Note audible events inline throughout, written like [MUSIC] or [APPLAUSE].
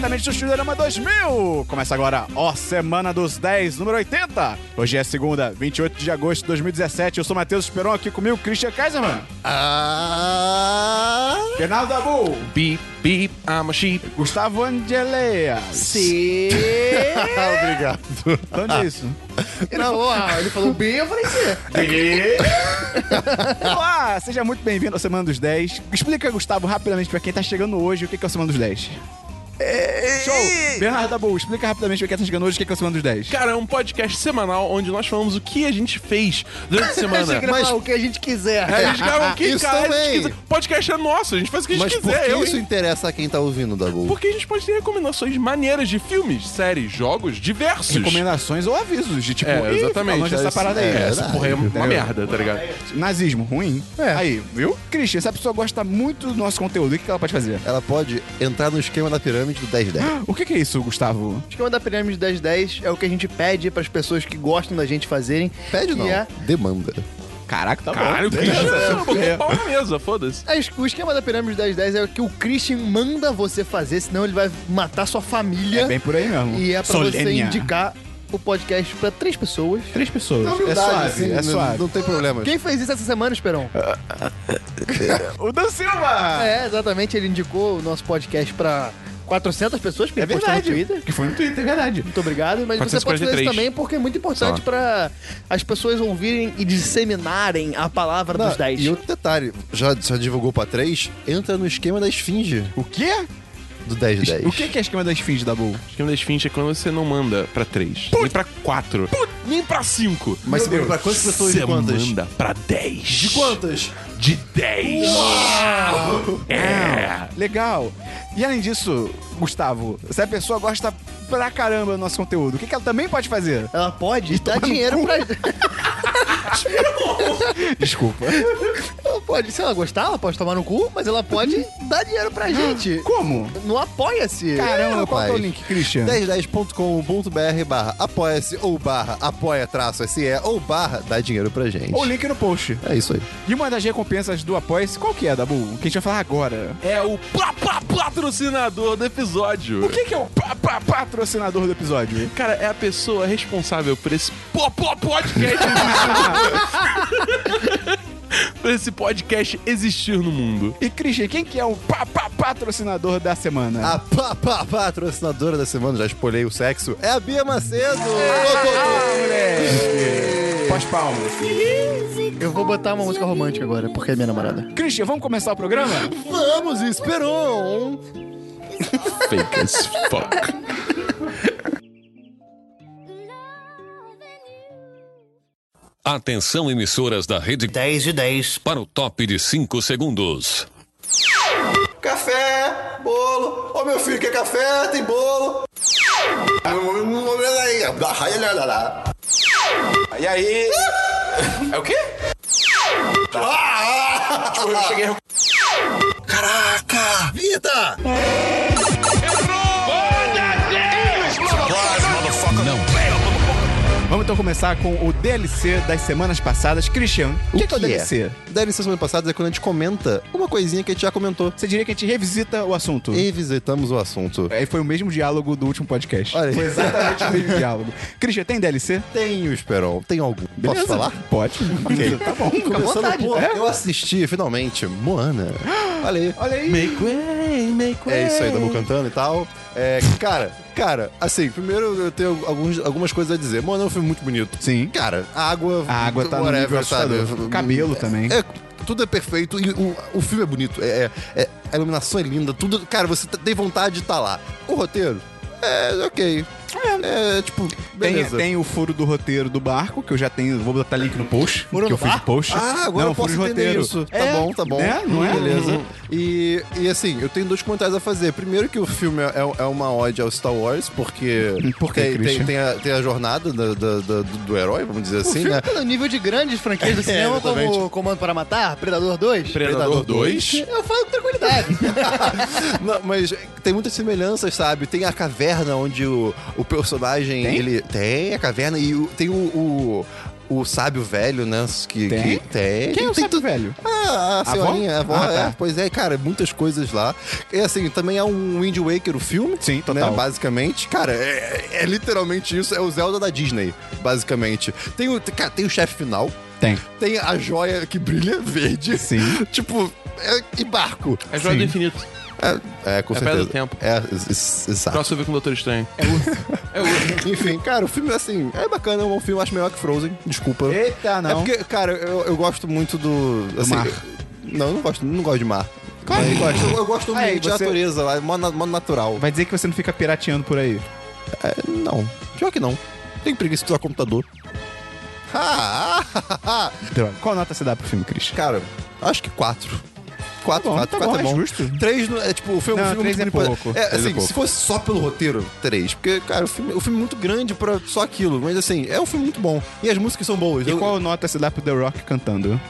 podcast do Churama 2000. Começa agora, ó, Semana dos 10, número 80. Hoje é segunda, 28 de agosto de 2017. Eu sou Matheus Esperon, aqui comigo, Christian Kaiserman. Ah, Bernardo Dabu. Beep, beep, I'm a sheep. Gustavo Angeléas. sim. Obrigado. Então disso. Não, ó, ele falou B, eu falei C. [LAUGHS] Olá, seja muito bem-vindo ao Semana dos 10. Explica, Gustavo, rapidamente pra quem tá chegando hoje o que que é o Semana dos 10. Show! Bernardo Dabu, explica rapidamente pra quem tá chegando hoje o que que é o Semana dos 10. Cara, é um podcast semanal onde nós falamos o que a gente fez [LAUGHS] durante a semana. Mas o que a gente quiser. A gente grava o que Isso cara, a gente também. quiser. O podcast é nosso, a gente faz o que a gente Mas por quiser. que eu, isso hein? interessa a quem tá ouvindo, Dabu? Porque a gente pode ter recomendações maneiras de filmes, séries, jogos, diversos. Recomendações ou avisos de tipo, É, "Ih, exatamente, falando dessa é, parada aí. É, essa Verdade, porra é uma entendeu? merda, tá ligado? Nazismo, ruim. É. Aí, viu? Christian, se a pessoa gosta muito do nosso conteúdo, o que que ela pode fazer? Ela pode entrar no esquema da pirâmide do 1010. O que que é isso, Gustavo? O esquema da pirâmide 1010 é o que a gente pede pras pessoas que gostam da gente fazerem. Pede que não, É, demanda. Caraca, tá Caralho, bom. Christian, botou É. o pau na mesa, foda-se. É, o esquema da pirâmide 1010 é o que o Christian manda você fazer, senão ele vai matar sua família. É bem por aí mesmo. E é pra você Solênia. indicar o podcast pra três pessoas. Três pessoas. é Humildade, suave, assim, é não- suave. Não tem problema. Quem fez isso essa semana, Esperão? [LAUGHS] O Dan Silva! É, exatamente, ele indicou o nosso podcast pra 400 pessoas, porque É ele postou no verdade. Twitter. Que foi no Twitter, é verdade. Muito obrigado, mas você pode fazer 443. isso também porque é muito importante pra as pessoas ouvirem e disseminarem a palavra Não, dos 10. E outro detalhe, já, já divulgou pra 3? Entra no esquema da esfinge O quê? do 1010. O que que é esquema da esfinge, Dabu? O esquema da esfinge é quando você não manda pra três, nem pra quatro, nem pra cinco. Mas você Meu manda pra quantas pessoas de quantas? manda pra dez. De quantas? De 10. É. Legal. E além disso, Gustavo, se a pessoa gosta pra caramba do nosso conteúdo, o que, que ela também pode fazer? Ela pode dar dinheiro pra. Desculpa. ela pode, se ela gostar, ela pode tomar no cu, mas ela pode Uhum. dar dinheiro pra gente. Como? No Apoia-se. Caramba, É, qual que é o rapaz. link, Christian? 1010.com.br barra apoia-se ou barra apoia-se é ou barra dá dinheiro pra gente. O link no post. É isso aí. E uma das recompensas do Apoia-se, qual que é, Dabu? Que a gente vai falar agora. É o pá, pá, patrocinador do episódio. O que, que é o pa- pa- patrocinador do episódio? Cara, é a pessoa responsável por esse po- po- podcast. [LAUGHS] por esse podcast existir no mundo. E, Christian, quem que é o pa- pa- patrocinador da semana? A pá, pá, patrocinadora da semana, já espolhei o sexo, é a Bia Macedo! Ah! Ah, Pós-palmas. Eu vou botar uma música romântica agora, porque é minha namorada. Christian, vamos começar o programa? Vamos, Esperon! Fake as fuck. Atenção, emissoras da rede 10 de 10. para o top de 5 segundos. Café, bolo. Ô meu filho, quer café? Tem bolo. Ah, E aí? É o quê? Caraca, vida! Vamos então começar com o DLC das semanas passadas. Christian, o que, que é o DLC? DLC semana passada é quando a gente comenta uma coisinha que a gente já comentou. Você diria que a gente revisita o assunto? E visitamos o assunto. É, foi o mesmo diálogo do último podcast. Olha aí. Foi exatamente o mesmo diálogo. Christian, tem DLC? Tem o Esperon, tem algum. Posso falar? Pode. tá bom. Começando por... É? Eu assisti, finalmente, Moana. Olha aí. [GASPS] Olha aí. Make way, make way. É isso aí, tamo cantando e tal. É, cara, cara, assim, primeiro eu tenho alguns, algumas coisas a dizer. Moana é um filme muito bonito. Sim. Cara, a água... A água tá no nível assustador. O cabelo também. É, tudo é perfeito e o, o filme é bonito. É, é- a iluminação é linda, tudo. Cara, você t- tem vontade de estar lá. O roteiro? É, ok. É, tipo, Tem, beleza. tem o furo do roteiro do barco, que eu já tenho, vou botar link no post, Furo que eu do fiz de barco? post. Ah, agora Não, eu furo de posso entender roteiro. isso. Tá É, bom, tá bom. Né? Não é? Beleza. E, e assim, eu tenho dois comentários a fazer. Primeiro que o filme é, é uma ode ao Star Wars, porque Por que, tem, Christian? tem, tem a, tem a jornada da- da- da- do, do herói, vamos dizer O assim, filme né? tá no nível de grandes [LAUGHS] franquias do cinema, como exatamente. Comando para Matar, É, Predador 2. Predador 2. Eu falo com [LAUGHS] tranquilidade. [LAUGHS] Não, mas tem muitas semelhanças, sabe? Tem a caverna onde o, o personagem. Tem? Ele. Tem a caverna e o- tem o. o o sábio velho, né? Que, Tem? que tem. Quem é o tem sábio velho? Ah, a senhorinha, a avó, avó? Ah, é. tá. Pois é, cara, muitas coisas lá. E assim, também é um Wind Waker o filme. Sim, total. Né, basicamente. Cara, é, é literalmente isso. É o Zelda da Disney, basicamente. Tem o, cara, tem o chefe final. Tem. Tem a joia que brilha [LAUGHS] verde. Sim. tipo, é- e barco. É joia do infinito. É, com É a certeza. pedra do tempo. É, ex- ex- exato. Crossover com o Doutor Estranho. [LAUGHS] Enfim, cara, o filme, assim, é bacana, é um bom filme, eu acho melhor que Frozen, desculpa. Eita, não. É porque, cara, eu, eu gosto muito do. assim, mar. Não, eu não gosto, não gosto de mar. Claro que gosta. Eu, eu gosto muito Aí, de você- natureza lá, mó, na- mó natural. Vai dizer que você não fica pirateando por aí. Não, pior que não. Tem preguiça de usar computador. Ah, ah, ah, ah. Droga. Qual nota você dá pro filme, Christian? Cara, acho que quatro. Quatro, bom, quatro, tá quatro bom, é é bom. justo. Três, não- é tipo, o filme, Não, o filme três muito é grande pra- pouco. É, Três assim, é pouco. se fosse só pelo roteiro, três. Porque, cara, o filme, o filme é muito grande pra só aquilo. Mas, assim, é um filme muito bom. E as músicas são boas. E Eu- qual nota você dá pro The Rock cantando?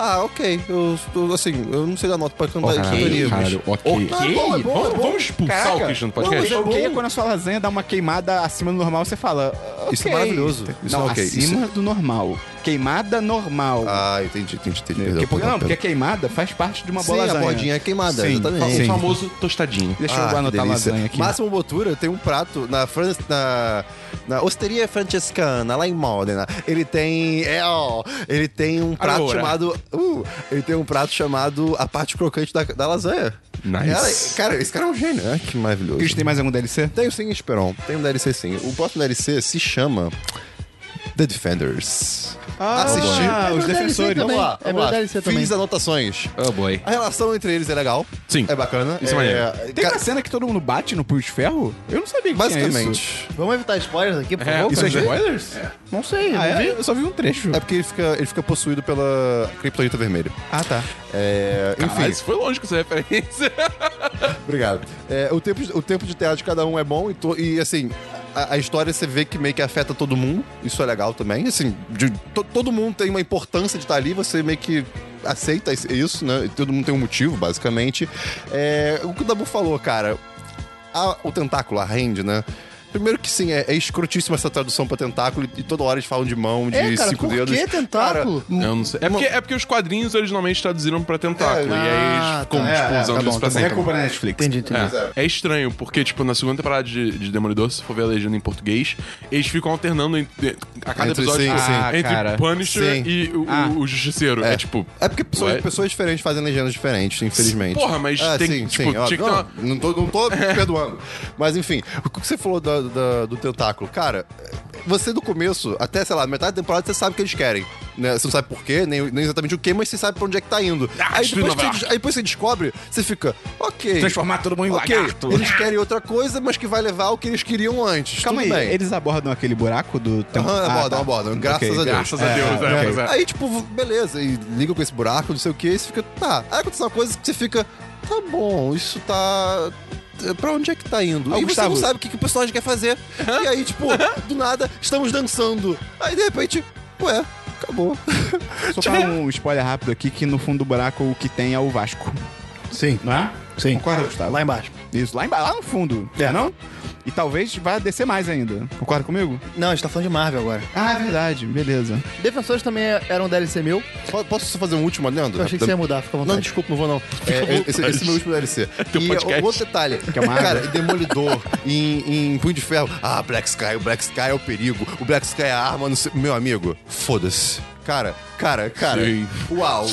Ah, ok. Eu, eu- assim, eu não sei dar nota pra cantar Caralho, cantoria, mas- caralho, ok. Ah, é bom, é bom, é vamos, bom. vamos expulsar o Christian do podcast? Não, mas ok, quando a sua lasanha dá uma queimada acima do normal, você fala. "Ah, Isso ok." é maravilhoso. Isso não, é ok. acima do normal. Queimada normal. Ah, entendi, entendi, entendi. Porque- Perdão, porque, perdão, não, porque a perdão. queimada faz parte de uma boa Sim, a lasanha. bordinha queimada, Sim, exatamente. sim. O famoso tostadinho. Deixa Ah, que eu anotar a delícia. lasanha aqui. Máximo Botura tem um prato na Fran- na, na Osteria Francescana, lá em Modena. Ele tem. É, ó, ele tem um prato Allora. chamado. Uh, ele tem um prato chamado a parte crocante da, da lasanha. Nice. Ela- cara, esse cara é um gênio, né? Que maravilhoso. Christian, tem mais algum DLC? Tem o sim, Esperon. Tem um DLC sim. O próximo DLC se chama The Defenders. Ah, Assistir. os meu DLC defensores. também. Vamos lá, É vamos meu lá. DLC Fiz também. anotações. Oh boy. A relação entre eles é legal. Sim. É bacana. Isso é maneiro. Tem ca- uma cena que todo mundo bate no punho de ferro? Eu não sabia que tinha isso. Basicamente. Vamos evitar spoilers aqui, por É, favor? isso é cara? spoilers? Não sei, Ah, não é? vi. Eu só vi um trecho. É porque ele fica, ele fica possuído pela criptonita vermelha. Ah, tá. É, enfim, Caralho, isso foi longe com essa referência. obrigado. É, o, tempo, de- o tempo de teatro de cada um é bom e, to- e, assim, a, a história você vê que meio que afeta todo mundo. Isso é legal também. Assim, de- to- todo mundo tem uma importância de estar ali, você meio que aceita is- isso, né? E Todo mundo tem um motivo, basicamente. É, o que o Dabu falou, cara, a- o tentáculo, a hand, né? Primeiro que sim, é, é escrotíssima essa tradução pra tentáculo e toda hora eles falam de mão, de É, cara, cinco por dedos. que tentáculo? Cara, Eu não sei. É porque, é porque os quadrinhos originalmente traduziram pra tentáculo. É, e aí ah, eles ficam, tá. tipo, usando tá bom, isso pra tá bom. sempre. culpa da Netflix. Entendi, entendi. É, é estranho, porque, tipo, na segunda temporada de, de Demolidor, se for ver a legenda em português, eles ficam alternando em- a cada Entre episódio sim, tipo, sim. Ah, entre cara. Punisher Sim. e o, Ah. o, o Justiceiro. É, tipo. É porque pessoas, Ué? pessoas diferentes fazem legendas diferentes, infelizmente. Porra, mas Ah, tem sim, tipo, sim, tinha que óbvio. ter não, uma... É. não tô, não [LAUGHS] tô perdoando. Mas enfim, o que você falou da- da- do tentáculo, cara, você do começo, até, sei lá, metade da temporada, você sabe o que eles querem. Né? Você não sabe por quê, nem, nem exatamente o quê, mas você sabe pra onde é que tá indo. Ah, aí, destruir depois Nova você, York. aí depois você descobre, você fica, ok. Transformar todo mundo em ok, lagarto. [LAUGHS] Eles querem outra coisa, mas que vai levar ao que eles queriam antes. Calma aí, tudo bem. eles abordam aquele buraco do... tempo? Aham, Ah, abordam, tá. abordam. Graças Ok, a Deus. Graças a Deus, é, é, ok. pois é. Aí, tipo, beleza, e liga com esse buraco, não sei o que, e você fica, tá. Aí acontece uma coisa que você fica, tá bom, isso tá. Pra onde é que tá indo? Ah, e Gustavo. você não sabe o que, que o personagem quer fazer. E aí, tipo, do nada, estamos dançando. Aí, de repente, ué, acabou. Só pra um spoiler rápido aqui, que no fundo do buraco o que tem é o Vasco. Sim, Não é? sim. Concorda, Gustavo? Lá embaixo. Isso, lá, emba- lá no fundo. É. Não? E talvez vá descer mais ainda. Concorda comigo? Não, a gente tá falando de Marvel agora. Ah, é verdade. Beleza. Defensores também era um DLC meu. Po- Posso só fazer um último adendo? Eu achei que você ia mudar, fica à Não, vontade. desculpa, não vou não. É, é, esse, esse é o meu [LAUGHS] último DLC. Teu e um podcast. o outro detalhe, é uma cara, em Demolidor, em, em Punho de Ferro, ah, Black Sky, o Black Sky é o perigo, o Black Sky é a arma, não sei, meu amigo, foda-se. Cara, cara, cara, Sim. uau,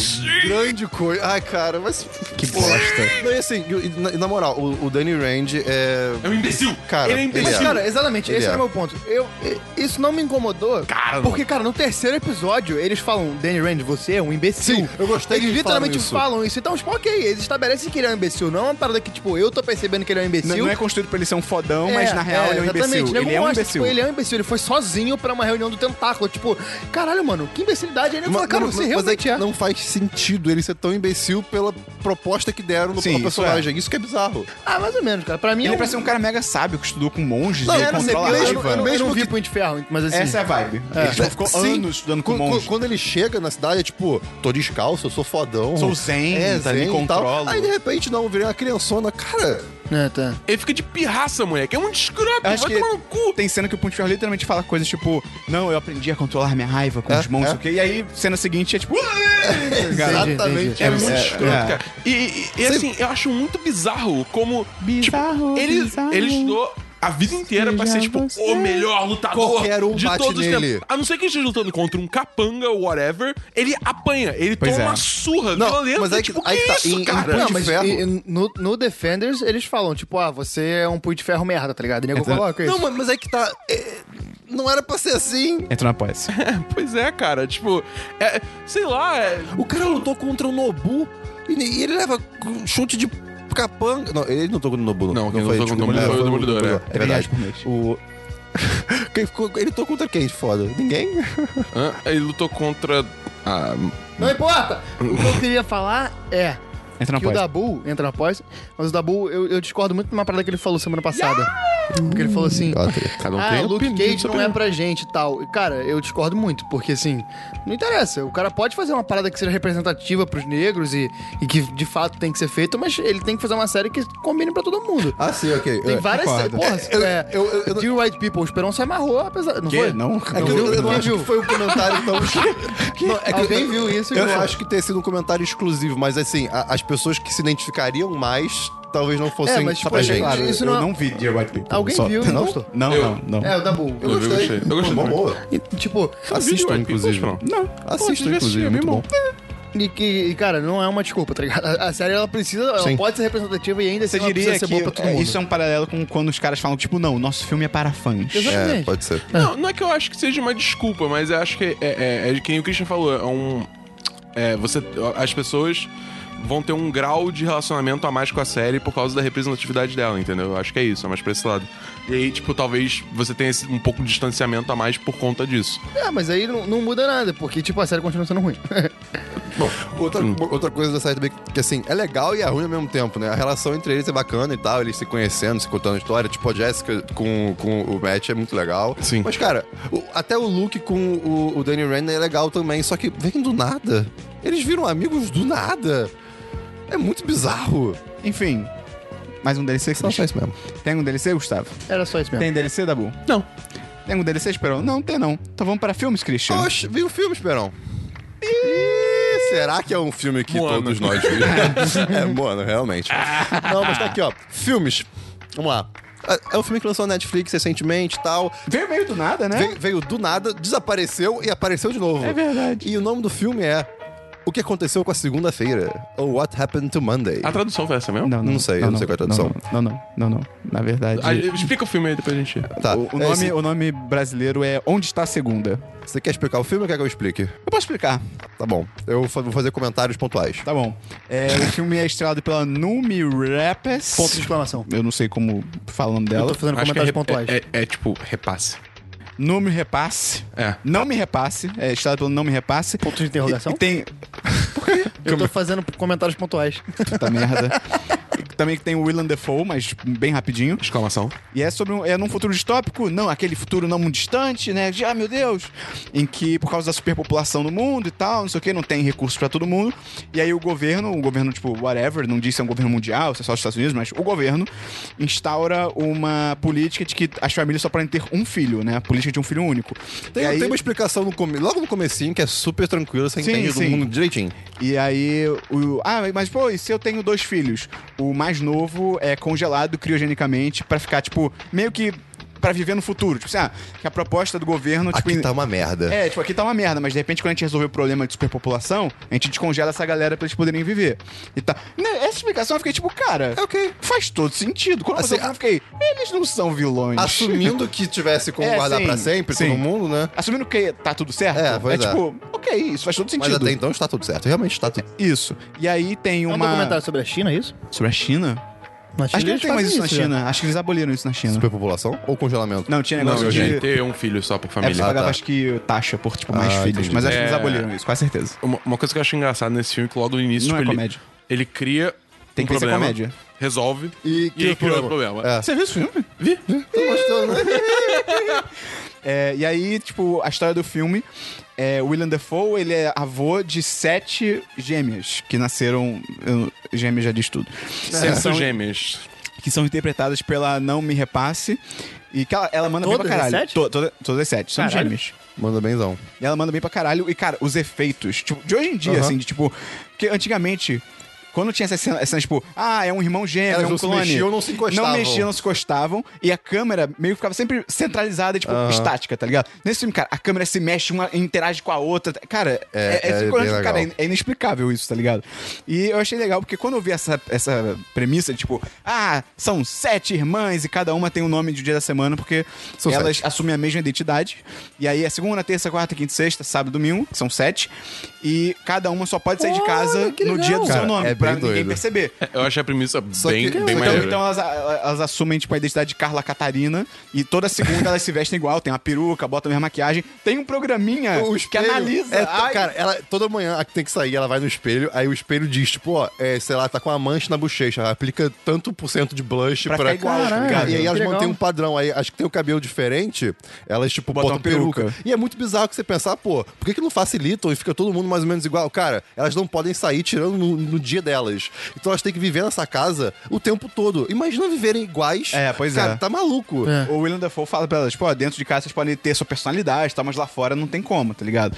grande coisa. Ai, cara, mas... Que bosta. Não, e assim, e na, na moral, o, o Danny Rand é... É um imbecil. Cara, ele é um ele imbecil. é. Mas, cara, exatamente, Ele esse é. era o meu ponto. Eu, e- isso não me incomodou. Cara, não. porque, cara, no terceiro episódio, eles falam, Danny Rand, você é um imbecil. Sim, eu gostei Eles que eles literalmente falam isso. falam isso. Então, tipo, ok, eles estabelecem que ele é um imbecil. Não é uma parada que, tipo, eu tô percebendo que ele é um Não, imbecil. não é construído pra ele ser um fodão, mas na real ele é um exatamente. imbecil. Nego Ele é um mostra, imbecil. Tipo, ele é um imbecil. Ele foi sozinho pra uma reunião do tentáculo. Tipo, caralho, mano, que imbecilidade. Aí ele fala, Mas, cara, mas- você mas realmente é é. que não faz sentido ele ser tão imbecil pela proposta que deram no Sim, pro isso personagem. Isso, que é bizarro. Ah, mais ou menos, cara. Pra mim Ele um é é pra ser um cara mega sábio, que estudou com monges Não, e ele eu não sei, controla eu- a eu- raiva. Eu não, eu Mesmo não vi que- Punho de Ferro, mas assim... Essa é a vibe. Ele tipo, ficou Sim. anos estudando com Qu- qu- monges. Quando ele chega na cidade, é tipo, tô descalço, eu sou fodão. É, Sou zen, tá, me e tal. controlo. Aí de repente, não, eu virei uma criançona. Cara, É, tá. Ele fica de pirraça, moleque. É um escroto, Eu vai acho que tomar no cu. tem cena que o Punho de Ferro literalmente fala coisas tipo: Não, eu aprendi a controlar minha raiva com É, os mãos, é. não sei o quê. E aí, cena seguinte é tipo. Cara, Exatamente. É muito É, escroto, é. cara. E, e- e, assim, eu acho muito bizarro como. Bizarro, tipo, ele, bizarro. ele estudou a vida inteira pra ser, tipo, você. o melhor lutador Qualquer um de bate todos os nele. tempos. A não ser que esteja lutando contra um capanga ou whatever, ele apanha. Ele Pois toma é. uma surra Não, violenta. mas aí que- tipo, aí que tá, isso, em- em cara? Tipo, Punho Não, de mas ferro. e- e no, no Defenders eles falam, tipo, ah, você é um punho de ferro merda, tá ligado? O nego Exato. coloca Não, isso. mas, mas é que tá. é, não era pra ser assim. Entra na posse. Pois é, cara. Tipo, é, sei lá. é- O cara lutou contra o Nobu e, ne- e ele leva um chute de capanga. Não, ele não lutou contra o Nobu, Não, quem lutou contra desculpa, o Nobu foi o Demolidor, É verdade. Por mês. O. [LAUGHS] Quem ficou- Ele lutou contra quem? de Foda. Ninguém? hã? Ele lutou contra. Ah, Não importa! o que eu queria falar é Entra na que o posse. Dabu entra na pós, mas o Dabu, eu, eu discordo muito de uma parada que ele falou semana passada. Porque ele falou assim. Ó, treta. cada um Ah, tem o Luke opinião Cage sobre não é pra gente e tal. E, Cara, eu discordo muito, porque assim, não interessa. O cara pode fazer uma parada que seja representativa pros negros e, e que de fato tem que ser feito, mas ele tem que fazer uma série que combine pra todo mundo. Ah, sim, ok. Tem É, várias séries. concordo. Porra, eu- é, eu- eu- eu não- Dear White People, o Esperão se amarrou, apesar. Não Quê? foi? Não, É que não. eu, eu não Quem acho viu? que foi um comentário [LAUGHS] tão. Não, é que Alguém viu isso e Eu falou. não acho que tenha sido um comentário exclusivo, mas assim, a- as pessoas que se identificariam mais talvez não fossem É, mas, só tipo, pra é gente. claro, Eu- isso eu não é- não vi Dear White People. Alguém só. viu e não? gostou? Não, Eu- não, não. É, o Dabu. Eu gostei. Eu gostei. Pô, boa. E, tipo, Assistam, Vídeo, inclusive. não. Não. Assistam, é inclusive, é muito bom. e, que- e, cara, não é uma desculpa, tá ligado? A, a série ela precisa, ela Sim. pode ser representativa e ainda Você assim ela diria precisa ser boa pra que todo é, mundo. isso é um paralelo com quando os caras falam, tipo, não, nosso filme é para fãs. É, Exatamente. pode ser. Não, não é que eu acho que seja uma desculpa, mas eu acho que é, é, é de quem o Christian falou, é um. É, você. As pessoas vão ter um grau de relacionamento a mais com a série por causa da representatividade dela, entendeu? Eu acho que é isso, é mais pra esse lado. E aí, tipo, talvez você tenha esse- um pouco de distanciamento a mais por conta disso. É, mas aí não, não muda nada, porque, tipo, a série continua sendo ruim. [LAUGHS] Outra, outra coisa da série também, que assim, é legal e é ruim ao mesmo tempo, né? A relação entre eles é bacana e tal, eles se conhecendo, se contando história. Tipo, a Jessica com, com o Matt é muito legal. Sim. Mas, cara, o- até o Luke com o, o Danny Rand é legal também, só que vem do nada. Eles viram amigos do nada. É muito bizarro. Enfim, mais um DLC que Não você faz mesmo. Tem um DLC, Gustavo? Era só isso mesmo. Tem DLC, Dabu? Não. Tem um DLC, Esperão? Não, tem não. Então vamos para filmes, Christian. Oxe, vi o filme, Esperão. um Ih, Será que é um filme que Moana. todos nós vimos? é, Moana, realmente. Não, mas tá aqui, ó. Filmes. Vamos lá. É- É um filme que lançou na Netflix recentemente e tal. Veio meio do nada, né? Veio, veio do nada, desapareceu e apareceu de novo. É verdade. E o nome do filme é O que aconteceu com a segunda-feira? Ou What Happened to Monday? Ah, A tradução foi essa mesmo? Não sei, eu não sei qual é a tradução. Não, não, não, não. não. Na verdade. Ah, explica o filme aí depois a gente. Tá. O, o é nome, esse- o nome brasileiro é Onde Está a Segunda. Você quer explicar o filme ou quer que eu explique? Eu posso explicar. Tá bom. Eu fa- vou fazer comentários pontuais. Tá bom. É, o filme é estrelado pela Numi Rapes. Ponto de exclamação. Eu não sei como fala o nome Eu dela. tô fazendo Acho que comentários é, pontuais. é- é- é, tipo, repasse. Não me repasse. É. Não me repasse. É estrelado pelo Não me repasse. Ponto de interrogação? E, e tem. [LAUGHS] Eu é? tô fazendo comentários pontuais. Puta merda. E Também que tem o Willem Dafoe, mas bem rapidinho. Exclamação. E é sobre um, é num futuro distópico, não aquele futuro não muito distante, né? De, ah, meu Deus, em que por causa da superpopulação no mundo e tal, não sei o que, não tem recursos pra todo mundo. E aí o governo, o governo tipo whatever, não diz se é um governo mundial, se é só os Estados Unidos, mas o governo instaura uma política de que as famílias só podem ter um filho, né? A política de um filho único. Tem, e aí, tem uma explicação no come- logo no comecinho que é super tranquila, você Sim, entende sim. do mundo direitinho. E aí, o, ah, mas pô, e se eu tenho dois filhos? O mais novo é congelado criogenicamente pra ficar, tipo, meio que pra viver no futuro. Tipo assim, ah, que a proposta do governo, tipo, Aqui em- tá uma merda. É, tipo, aqui tá uma merda, mas de repente quando a gente resolver o problema de superpopulação, a gente descongela essa galera pra eles poderem viver. E tá. Né, essa explicação eu fiquei tipo, cara, É ok. faz todo sentido. Quando Assim, eu eu fiquei, eles não são vilões. [LAUGHS] Assumindo que tivesse como É, guardar sim, pra sempre sim. todo mundo, né? [LAUGHS] Assumindo que tá tudo certo, É, pois é. tipo, ok, isso faz todo Mas sentido. até então está tudo certo. Realmente está tudo Isso. E aí tem É um uma. documentário sobre a China, é isso? Sobre a China? Na Acho que não eles tem mais isso fazem é. na já. China. Acho que eles aboliram isso na China. Superpopulação ou congelamento? Não, tinha Não, negócio eu de. gente ter um filho só por É, você família. Ah, pagava, tá. acho que, taxa por, tipo, mais Ah, filhos. entendi. Mas acho que eles É. aboliram isso, com certeza. Uma, uma coisa que eu acho engraçada nesse filme é que logo no início, Não tipo, é ele- comédia. ele, cria. Tem um que ser problema, comédia. Resolve. E E cria aí criou o problema. problema. É. Você viu esse filme? Vi? Tô gostando, né? É, e aí, tipo, a história do filme é o William Dafoe, ele é avô de sete gêmeas que nasceram. eu- gêmeas já diz tudo. É. Sexo É. São- gêmeas. Que que são interpretadas pela Não Me Repasse. E que ela, ela manda bem Todas pra as caralho. sete? To- toda- todas as sete. São Caralho. gêmeos. Manda benzão. E ela manda bem pra caralho. E, cara, os efeitos, tipo, de hoje em dia, Aham. assim, de tipo. Porque antigamente. Quando tinha essa cena, essa cena, tipo, ah, é um irmão gêmeo, Elas é um não se clone. mexiam, não se encostavam. Não mexiam, não se encostavam. E a câmera meio que ficava sempre centralizada, e, tipo, estática, tá ligado? Nesse filme, cara, a câmera se mexe, uma interage com a outra. Cara, é, é, é bem cara, legal. é- é inexplicável isso, tá ligado? E eu achei legal, porque quando eu vi essa, essa premissa, tipo, ah, são sete irmãs e cada uma tem um nome de dia da semana, porque São elas assumem a mesma identidade. E aí é segunda, terça, quarta, quinta, sexta, sábado, domingo, que são sete. E cada uma só pode sair de casa no dia do seu Cara, nome, é pra bem ninguém doido. É perceber. Eu achei a premissa Só bem, que- bem só que- Então, maneira. então elas, elas assumem, tipo, a identidade de Carla Catarina e toda segunda elas se vestem igual, tem uma peruca, bota a mesma maquiagem. Tem um programinha [LAUGHS] O que espelho- analisa. é, Ai, Cara, ela, toda manhã a que tem que sair, ela vai no espelho, aí o espelho diz, tipo, ó, é, sei lá, tá com a mancha na bochecha, aplica tanto por cento de blush Pra pra. ficar igual, tá Caraca, ligado? e aí Que elas legal. mantêm um padrão. Aí acho que tem o cabelo diferente, elas, tipo, Botam botam, peruca. peruca. E é muito bizarro que você pensar, pô, por que, que não facilitam e fica todo mundo mais ou menos igual? Cara, elas não podem sair tirando no, no dia delas. Então elas têm que viver nessa casa o tempo todo. Imagina viverem iguais. É, pois cara, é. tá maluco. É. O William Dafoe fala pra elas, pô, dentro de casa vocês podem ter sua personalidade, e tal, mas lá fora não tem como, tá ligado?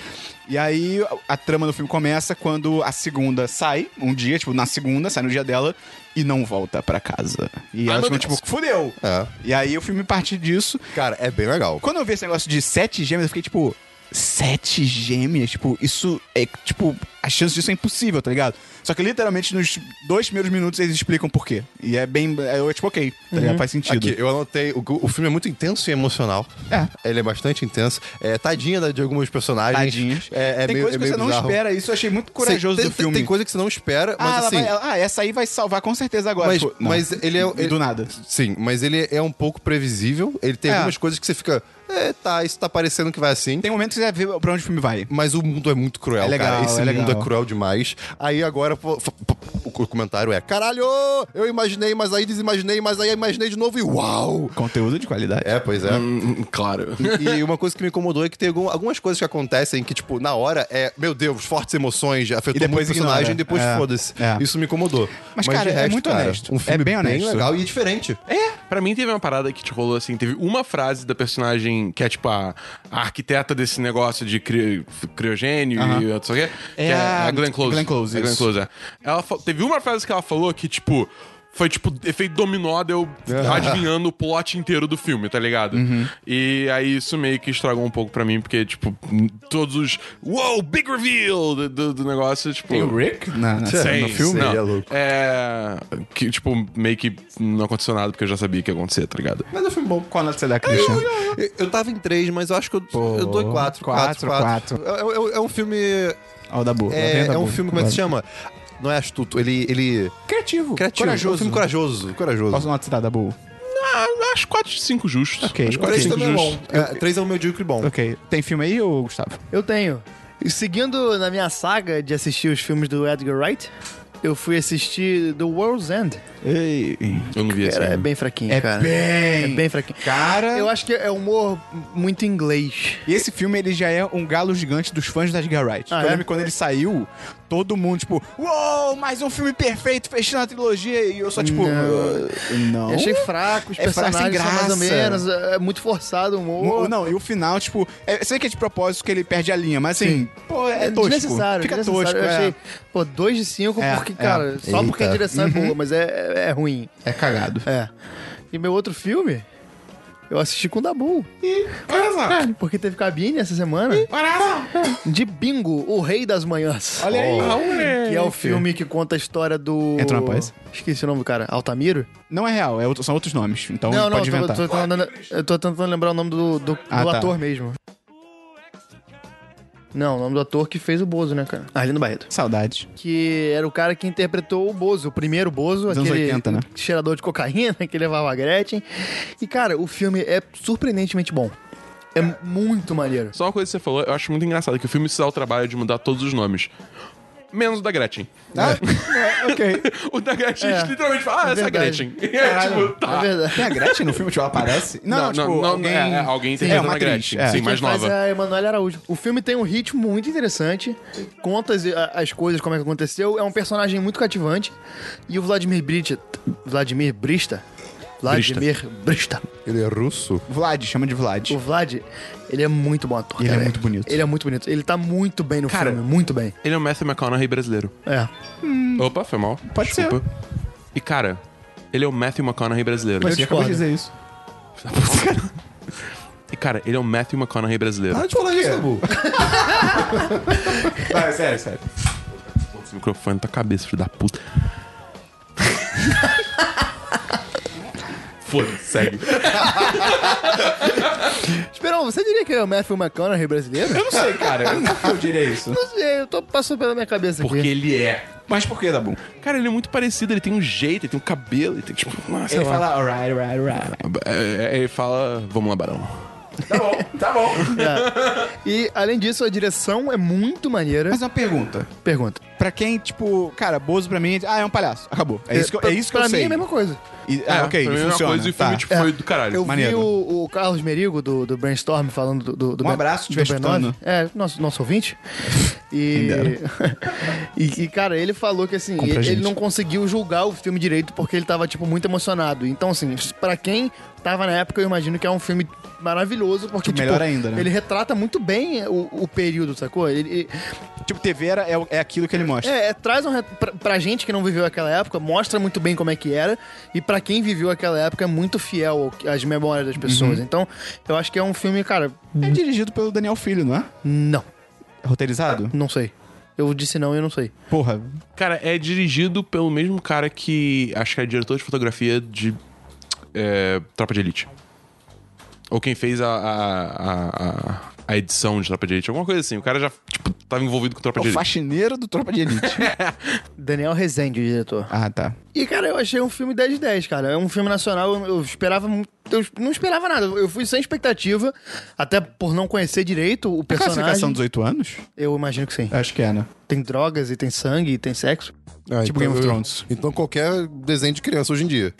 E aí a, a trama do filme começa quando a segunda sai, um dia, tipo, na segunda, sai no dia dela e não volta pra casa. E Ai, elas ficam meu tipo, Deus. fudeu! É. E aí o filme parte disso. Cara, é bem legal. Quando eu vi esse negócio de sete gêmeas, eu fiquei tipo, sete gêmeas? Tipo, isso é, tipo, a chance disso é impossível, tá ligado? Só que literalmente nos dois primeiros minutos eles explicam por quê. E é bem. Eu, tipo, ok, tá ligado? Faz sentido. Aqui, eu anotei. O, o filme é muito intenso e emocional. É. Ele é bastante intenso. É, tadinha da- de alguns personagens. Tadinhas. É, é tem meio, coisa é que meio você não bizarro. espera, isso eu achei muito corajoso Tem- do tem- filme. Tem coisa que você não espera, ah, mas ela assim. vai- ela- ah, essa aí vai salvar com certeza agora. Mas, Tipo, não. mas ele é. E ele- do nada. Sim, mas ele é um pouco previsível. Ele tem É. algumas coisas que você fica. É, tá, isso tá parecendo que vai assim. Tem momentos que você vê pra onde o filme vai. Mas o mundo é muito cruel, É legal, cara. Esse é mundo legal. é cruel demais. Aí agora pô, f- p- o comentário é: caralho, eu imaginei, mas aí desimaginei, mas aí imaginei de novo e uau! Conteúdo de qualidade. É, pois é. um- Hum, claro. E uma coisa que me incomodou é que tem algum- algumas coisas que acontecem que, tipo, na hora é, meu Deus, fortes emoções, afetou E depois muito o personagem, ignora. depois É, foda-se. é. Isso me incomodou. Mas, cara, de é muito honesto. Um filme É bem honesto. É? legal e diferente. Pra mim teve uma parada que te rolou assim, teve uma frase da personagem que é tipo a, a arquiteta desse negócio de cri- criogênio Aham. e não sei o quê. É que a- a Glenn Close. Glenn Close, a Glenn isso. Close, é. Ela fa- teve uma frase que ela falou que tipo foi tipo efeito dominó de eu adivinhando o plot inteiro do filme, tá ligado? Uhum. E aí isso meio que estragou um pouco pra mim, porque tipo todos os wow, big reveal do, do- do negócio, tipo Rick? Na, na- Sim. [LAUGHS] no filme? Sim. não. é louco. É, Que, tipo, meio que não aconteceu nada porque eu já sabia que ia acontecer, tá ligado? Mas é um filme bom. Qual nota você dá, Christian? Eu, eu tava em três, mas eu acho que eu, eu dou quatro. quatro, Quatro, quatro. É, é- é um filme. Ó, o da boa. É, é um filme, como é que se chama? Não é astuto, ele. ele Criativo. criativo. É um filme corajoso. Corajoso. Qual nota você dá, Dabu? Ah, acho 4 de 5 justos. Ok, Acho Três ok. também é bom. É, três é o meu medíocre bom. Ok. Tem filme aí, ô Gustavo? Eu tenho. E seguindo na minha saga de assistir os filmes do Edgar Wright, eu fui assistir The World's End. Eu não vi esse. Cara, é ainda. bem fraquinho, É cara. bem- É bem fraquinho. Cara- Eu acho que é humor muito inglês. E esse filme, ele já é um galo gigante dos fãs da Edgar Wright. eu Ah, é? lembro que quando ele saiu, todo mundo, tipo, uou, mais um filme perfeito, fechando a trilogia. E eu só, tipo, "Ah, não. Eu achei fraco, os É fraco, sem personagens são mais ou graça. menos. É muito forçado o humor. Mu- Não, e o final, tipo, é, eu sei que é de propósito que ele perde a linha, mas assim, pô, é tosco. desnecessário, Fica desnecessário. tosco. Eu é. achei, pô, 2 de 5, É, porque, é. cara, só porque a Eita. direção é boa, mas é, é ruim. É cagado. É. E meu outro filme, eu assisti com o Dabu. Olha só. É, Porque teve cabine essa semana. De Bingo, o Rei das Manhãs. Olha aí. Que é o filme que conta a história do. Entrou na paz? Esqueci o nome do cara. Altamiro? Não é real, é outro- são outros nomes. Então não, não, pode eu tô, inventar. tô tentando, eu tô tentando lembrar o nome do, do, Ah, do tá. ator mesmo. Não, o nome do ator que fez o Bozo, né, cara? Arlindo Barreto. Saudade. que era o cara que interpretou o Bozo, o primeiro Bozo, Dos anos aquele 80, né? cheirador de cocaína [LAUGHS] que levava a Gretchen. E, cara, o filme é surpreendentemente bom. É muito maneiro. Só uma coisa que você falou, eu acho muito engraçado que o filme se dá o trabalho de mudar todos os nomes. Menos o da Gretchen. [LAUGHS] Ah, é, [LAUGHS] ok. O da Gretchen É. literalmente fala, ah, É essa é a verdade. Gretchen. [LAUGHS] E é, tipo, É tá. verdade. Ah, Tem a Gretchen no filme? Tipo, ela aparece? Não, Não, não, tipo, não, alguém... é, é, alguém Sim, interpretando é uma a Gretchen. atriz, é. Sim, mais Quem faz nova. É a Emanuele Araújo. O filme tem um ritmo muito interessante, conta as, a- as coisas, como é que aconteceu. É um personagem muito cativante. E o Vladimir Brista. Vladimir Brista? Vladimir Brista. Ele é russo? Vlad, chama de Vlad. O Vlad, ele é muito bom ator. E ele é cara. muito bonito. Ele é muito bonito. Ele tá muito bem no Cara- filme, muito bem. Ele é o Matthew McConaughey brasileiro. É. Opa, foi mal. Pode ser. E, cara, ele é o Matthew McConaughey brasileiro. Mas- Você acabou de dizer discordo. isso. E, cara, ele é o Matthew McConaughey brasileiro. Para de falar isso, Dabu. É. [LAUGHS] Vai, sério, sério. Esse microfone na tua cabeça, filho da puta. Foda-se, segue. Esperão, você diria que é o Matthew McConaughey brasileiro? Eu não sei, cara. Eu não- eu diria isso. [LAUGHS] não sei, eu tô passando pela minha cabeça Porque aqui. ele é. Mas por que, Dabu? Cara, ele é muito parecido, ele tem um jeito, ele tem um cabelo, ele tem tipo. Nossa, Ele fala, alright, alright, alright. É, é, ele fala. Vamos lá, Barão. E, além disso, a direção é muito maneira. Mas uma pergunta. Pergunta. Pra quem, tipo, cara, Bozo pra mim, é de- ah, é um palhaço. Acabou. É isso que, eu- é isso que pra eu mim sei. é a mesma coisa. E- ah, ok, pra mim é uma funciona. coisa e o tá. filme tipo, foi do caralho. Eu Maneiro. vi o, o Carlos Merigo do, do Brainstorm falando do, do, do Um Ben- abraço, se do estiver B9. escutando. É, nosso, nosso ouvinte. E, [LAUGHS] e, e, cara, ele falou que assim, Compra a ele, ele gente. não conseguiu julgar o filme direito porque ele tava, tipo, muito emocionado. Então, assim, pra quem tava na época, eu imagino que é um filme maravilhoso, porque, Tipo, tipo, melhor ainda, né? ele retrata muito bem o, o período, sacou? Ele, ele- Tipo, TV era, é, o- é aquilo que ele mostra. é, é, traz um. re- Pra, pra gente que não viveu aquela época, mostra muito bem como é que era. E pra quem viveu aquela época, é muito fiel ao que- às memórias das pessoas. Então, eu acho que é um filme, cara. É dirigido pelo Daniel Filho, não é? Não, Roteirizado? não sei. Eu disse não e eu não sei. Porra. Cara, é dirigido pelo mesmo cara que. Acho que é diretor de fotografia de. é, Tropa de Elite. Ou quem fez a, a, a, a- a edição de Tropa de Elite. Alguma coisa assim. O cara já, tipo, tava envolvido com É Tropa o de Elite. faxineiro do Tropa de Elite. [LAUGHS] Daniel Rezende, o diretor. ah, tá. E, cara, eu achei um filme 10 de 10, cara. É um filme nacional, eu, eu esperava. mu- Eu não esperava nada. Eu fui sem expectativa, até por não conhecer direito o A classificação personagem. dos oito anos? Eu imagino que sim. Acho que é, né? Tem drogas e tem sangue e tem sexo. Ah, Tipo Game of Thrones. Então qualquer desenho de criança hoje em dia.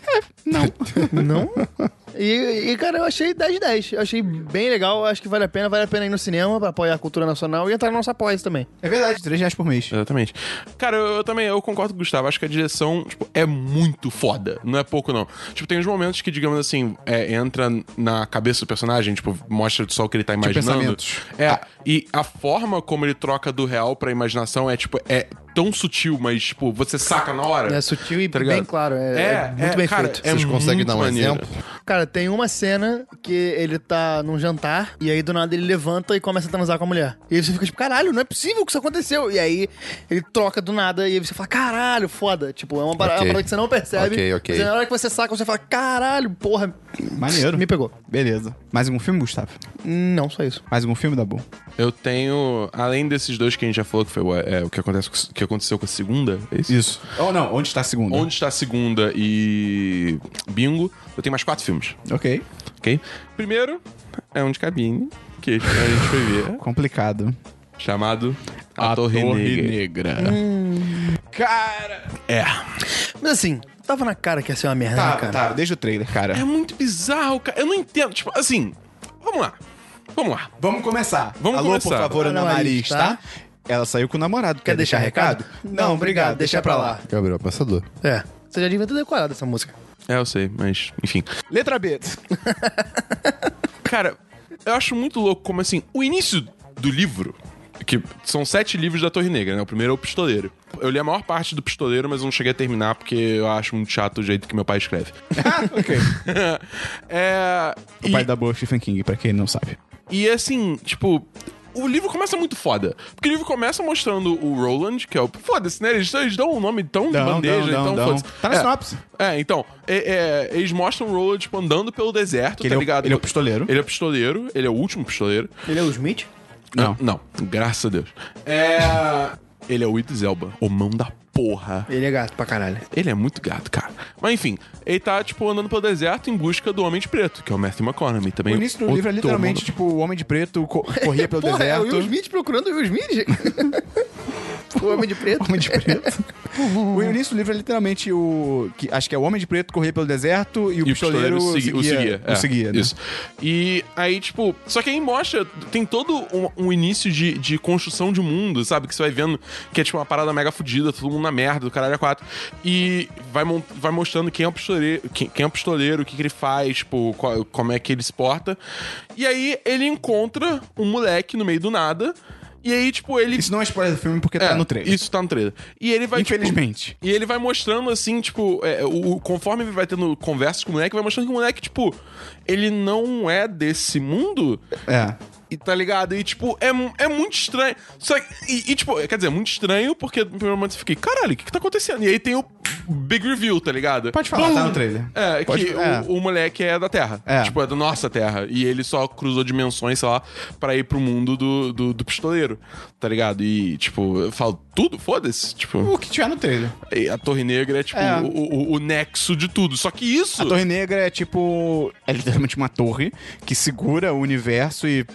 Não? E, e, cara, eu achei 10 de 10. Eu achei bem legal, eu acho que vale a pena. Vale a pena ir no cinema pra apoiar a cultura nacional e entrar no nosso apoia também. É verdade, três reais por mês. Exatamente. Cara, eu, eu também eu concordo com o Gustavo. Acho que a direção tipo, é muito foda. Não é pouco, não. Tipo, tem uns momentos que, digamos assim, é, entra na cabeça do personagem, tipo, mostra só o que ele tá imaginando. pensamentos. é, e a forma como ele troca do real pra imaginação é, tipo, é tão sutil, mas, tipo, você saca na hora. É sutil e Tá ligado? bem claro. É, é muito bem cara, feito. É Vocês conseguem muito dar um maneiro. exemplo? Cara, tem uma cena que ele tá num jantar e aí do nada ele levanta e começa a transar com a mulher. E aí você fica tipo, caralho, não é possível que isso aconteceu. E aí ele troca do nada e aí você fala, caralho, foda. Tipo, é uma parada, Ok. uma parada que você não percebe. Ok, ok. Mas é na hora que você saca, você fala, caralho, porra. Maneiro. Me pegou. Beleza. Mais algum filme, Gustavo? Não, só isso. Mais algum filme, Dabu? Eu tenho, além desses dois que a gente já falou, que foi o- é, o que, acontece, com- que aconteceu com a segunda, é isso? Isso. Ou Oh, não, onde está a segunda? Onde está a segunda e bingo, eu tenho mais quatro filmes, Ok. ok? Primeiro é um de cabine, que a gente foi ver, Complicado. chamado A, Torre, Negra. Hum. Cara! É. Mas assim, tava na cara que ia ser uma merda, né, Tá, cara. tá, deixa o trailer, cara. É muito bizarro, cara. Eu não entendo, tipo, assim, vamos lá. Vamos lá. Vamos começar. Vamos Alô, começar. por favor, Ana Ana Maris, Maris, tá? Ela saiu com o namorado. Quer, deixar, recado? Não, obrigado, deixa pra lá. Gabriel Passador. É. Você já devia ter decorado essa música. É, eu sei, mas enfim. Letra B. Cara, eu acho muito louco como assim, o início do livro, que são sete livros da Torre Negra, né? O primeiro é o Pistoleiro. Eu li a maior parte do Pistoleiro, mas eu não cheguei a terminar porque eu acho muito chato o jeito que meu pai [LAUGHS] escreve. Ah, ok. [LAUGHS] é. O e- pai da boa é Stephen King, pra quem não sabe. E assim, tipo. O livro começa muito foda. Porque o livro começa mostrando o Roland, que é o. Foda-se, né? Eles, eles dão um nome tão de Dão, bandeja, dão, então dão, foda-se. dão. Tá na é, sinopse. É, então. é- é, eles mostram o Roland, tipo, andando pelo Que deserto, tá ele é o- ligado? ele é o pistoleiro. Ele é o pistoleiro, ele é o último pistoleiro. Ele é o Smith? Não. Não, graças a Deus. É. Ele é o Idris Elba, o mão da porra. Ele é gato pra caralho. Ele é muito gato, cara. Mas enfim, ele tá, tipo, andando pelo deserto em busca do Homem de Preto, que é o Matthew McConaughey também. O início do Outro livro é literalmente, [LAUGHS] mão tipo, o Homem de Preto co- corria pelo Porra, é o deserto. Will Smith procurando o Will Smith? [LAUGHS] O Homem de Preto. Homem de [LAUGHS] Preto. o início do livro é literalmente o. Que, acho que é o Homem de Preto correr pelo deserto e o E o pistoleiro, pistoleiro segui- o seguia. é, O seguia, né? Isso. E aí, tipo, só que aí mostra, tem todo um, um início de, de construção de mundo, sabe? Que você vai vendo que é tipo uma parada mega fodida, todo mundo na merda, do caralho a quatro. E vai, mon- vai mostrando quem é o pistoleiro, quem, quem é o pistoleiro, o que, que ele faz, tipo, qual- como é que ele se porta. E aí ele encontra um moleque no meio do nada. E aí, tipo, ele. Isso não é spoiler do filme porque É, tá no trailer. Isso tá no trailer. E ele vai. tipo, Infelizmente. e ele vai mostrando, assim, tipo, é, o, o- conforme ele vai tendo conversas com o moleque, vai mostrando que o moleque, tipo, ele não é desse mundo. É. E tá ligado? E, tipo, é, mu- é muito estranho. Só que- e, e, tipo, quer dizer, é muito estranho, porque no primeiro momento eu fiquei, caralho, o que, que tá acontecendo? E aí tem o big reveal, tá ligado? Pode falar, tá no trailer. É, Pode- que é. O, o moleque é da Terra. É. Tipo, é da nossa Terra. E ele só cruzou dimensões, sei lá, pra ir pro mundo do, do, do pistoleiro, tá ligado? E, tipo, eu falo, tudo? Foda-se. Tipo. O que tiver no trailer. E A Torre Negra é tipo É. O, o- o nexo de tudo. Só que isso. A Torre Negra é tipo. É literalmente uma torre que segura o universo e.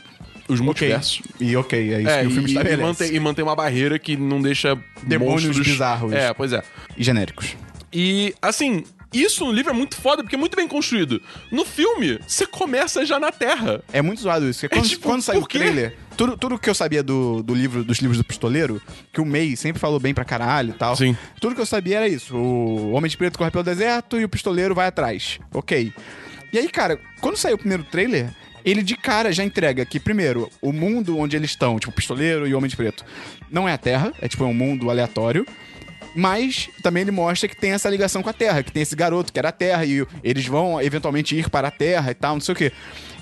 Os Ok. multiversos. E ok, é isso É, que o filme e, e, estabelece. mantém, e mantém uma barreira que não deixa Demônios monstros bizarros. É, pois é. E genéricos. E assim, isso no livro é muito foda porque é muito bem construído. No filme, você começa já na Terra. É muito zoado isso. Porque É quando, tipo, quando saiu o por quê? trailer, tudo, tudo que eu sabia do, do livro, dos livros do pistoleiro, que o May sempre falou bem pra caralho e tal. Sim. Tudo que eu sabia era isso. O Homem de Preto corre pelo deserto e o pistoleiro vai atrás. Ok. E aí, cara, quando saiu o primeiro trailer, ele de cara já entrega que, primeiro, o mundo onde eles estão, tipo, o pistoleiro e o Homem de Preto, não é a Terra, é tipo um mundo aleatório. Mas também ele mostra que tem essa ligação com a Terra, que tem esse garoto que era a Terra e eles vão eventualmente ir para a Terra e tal, não sei o quê.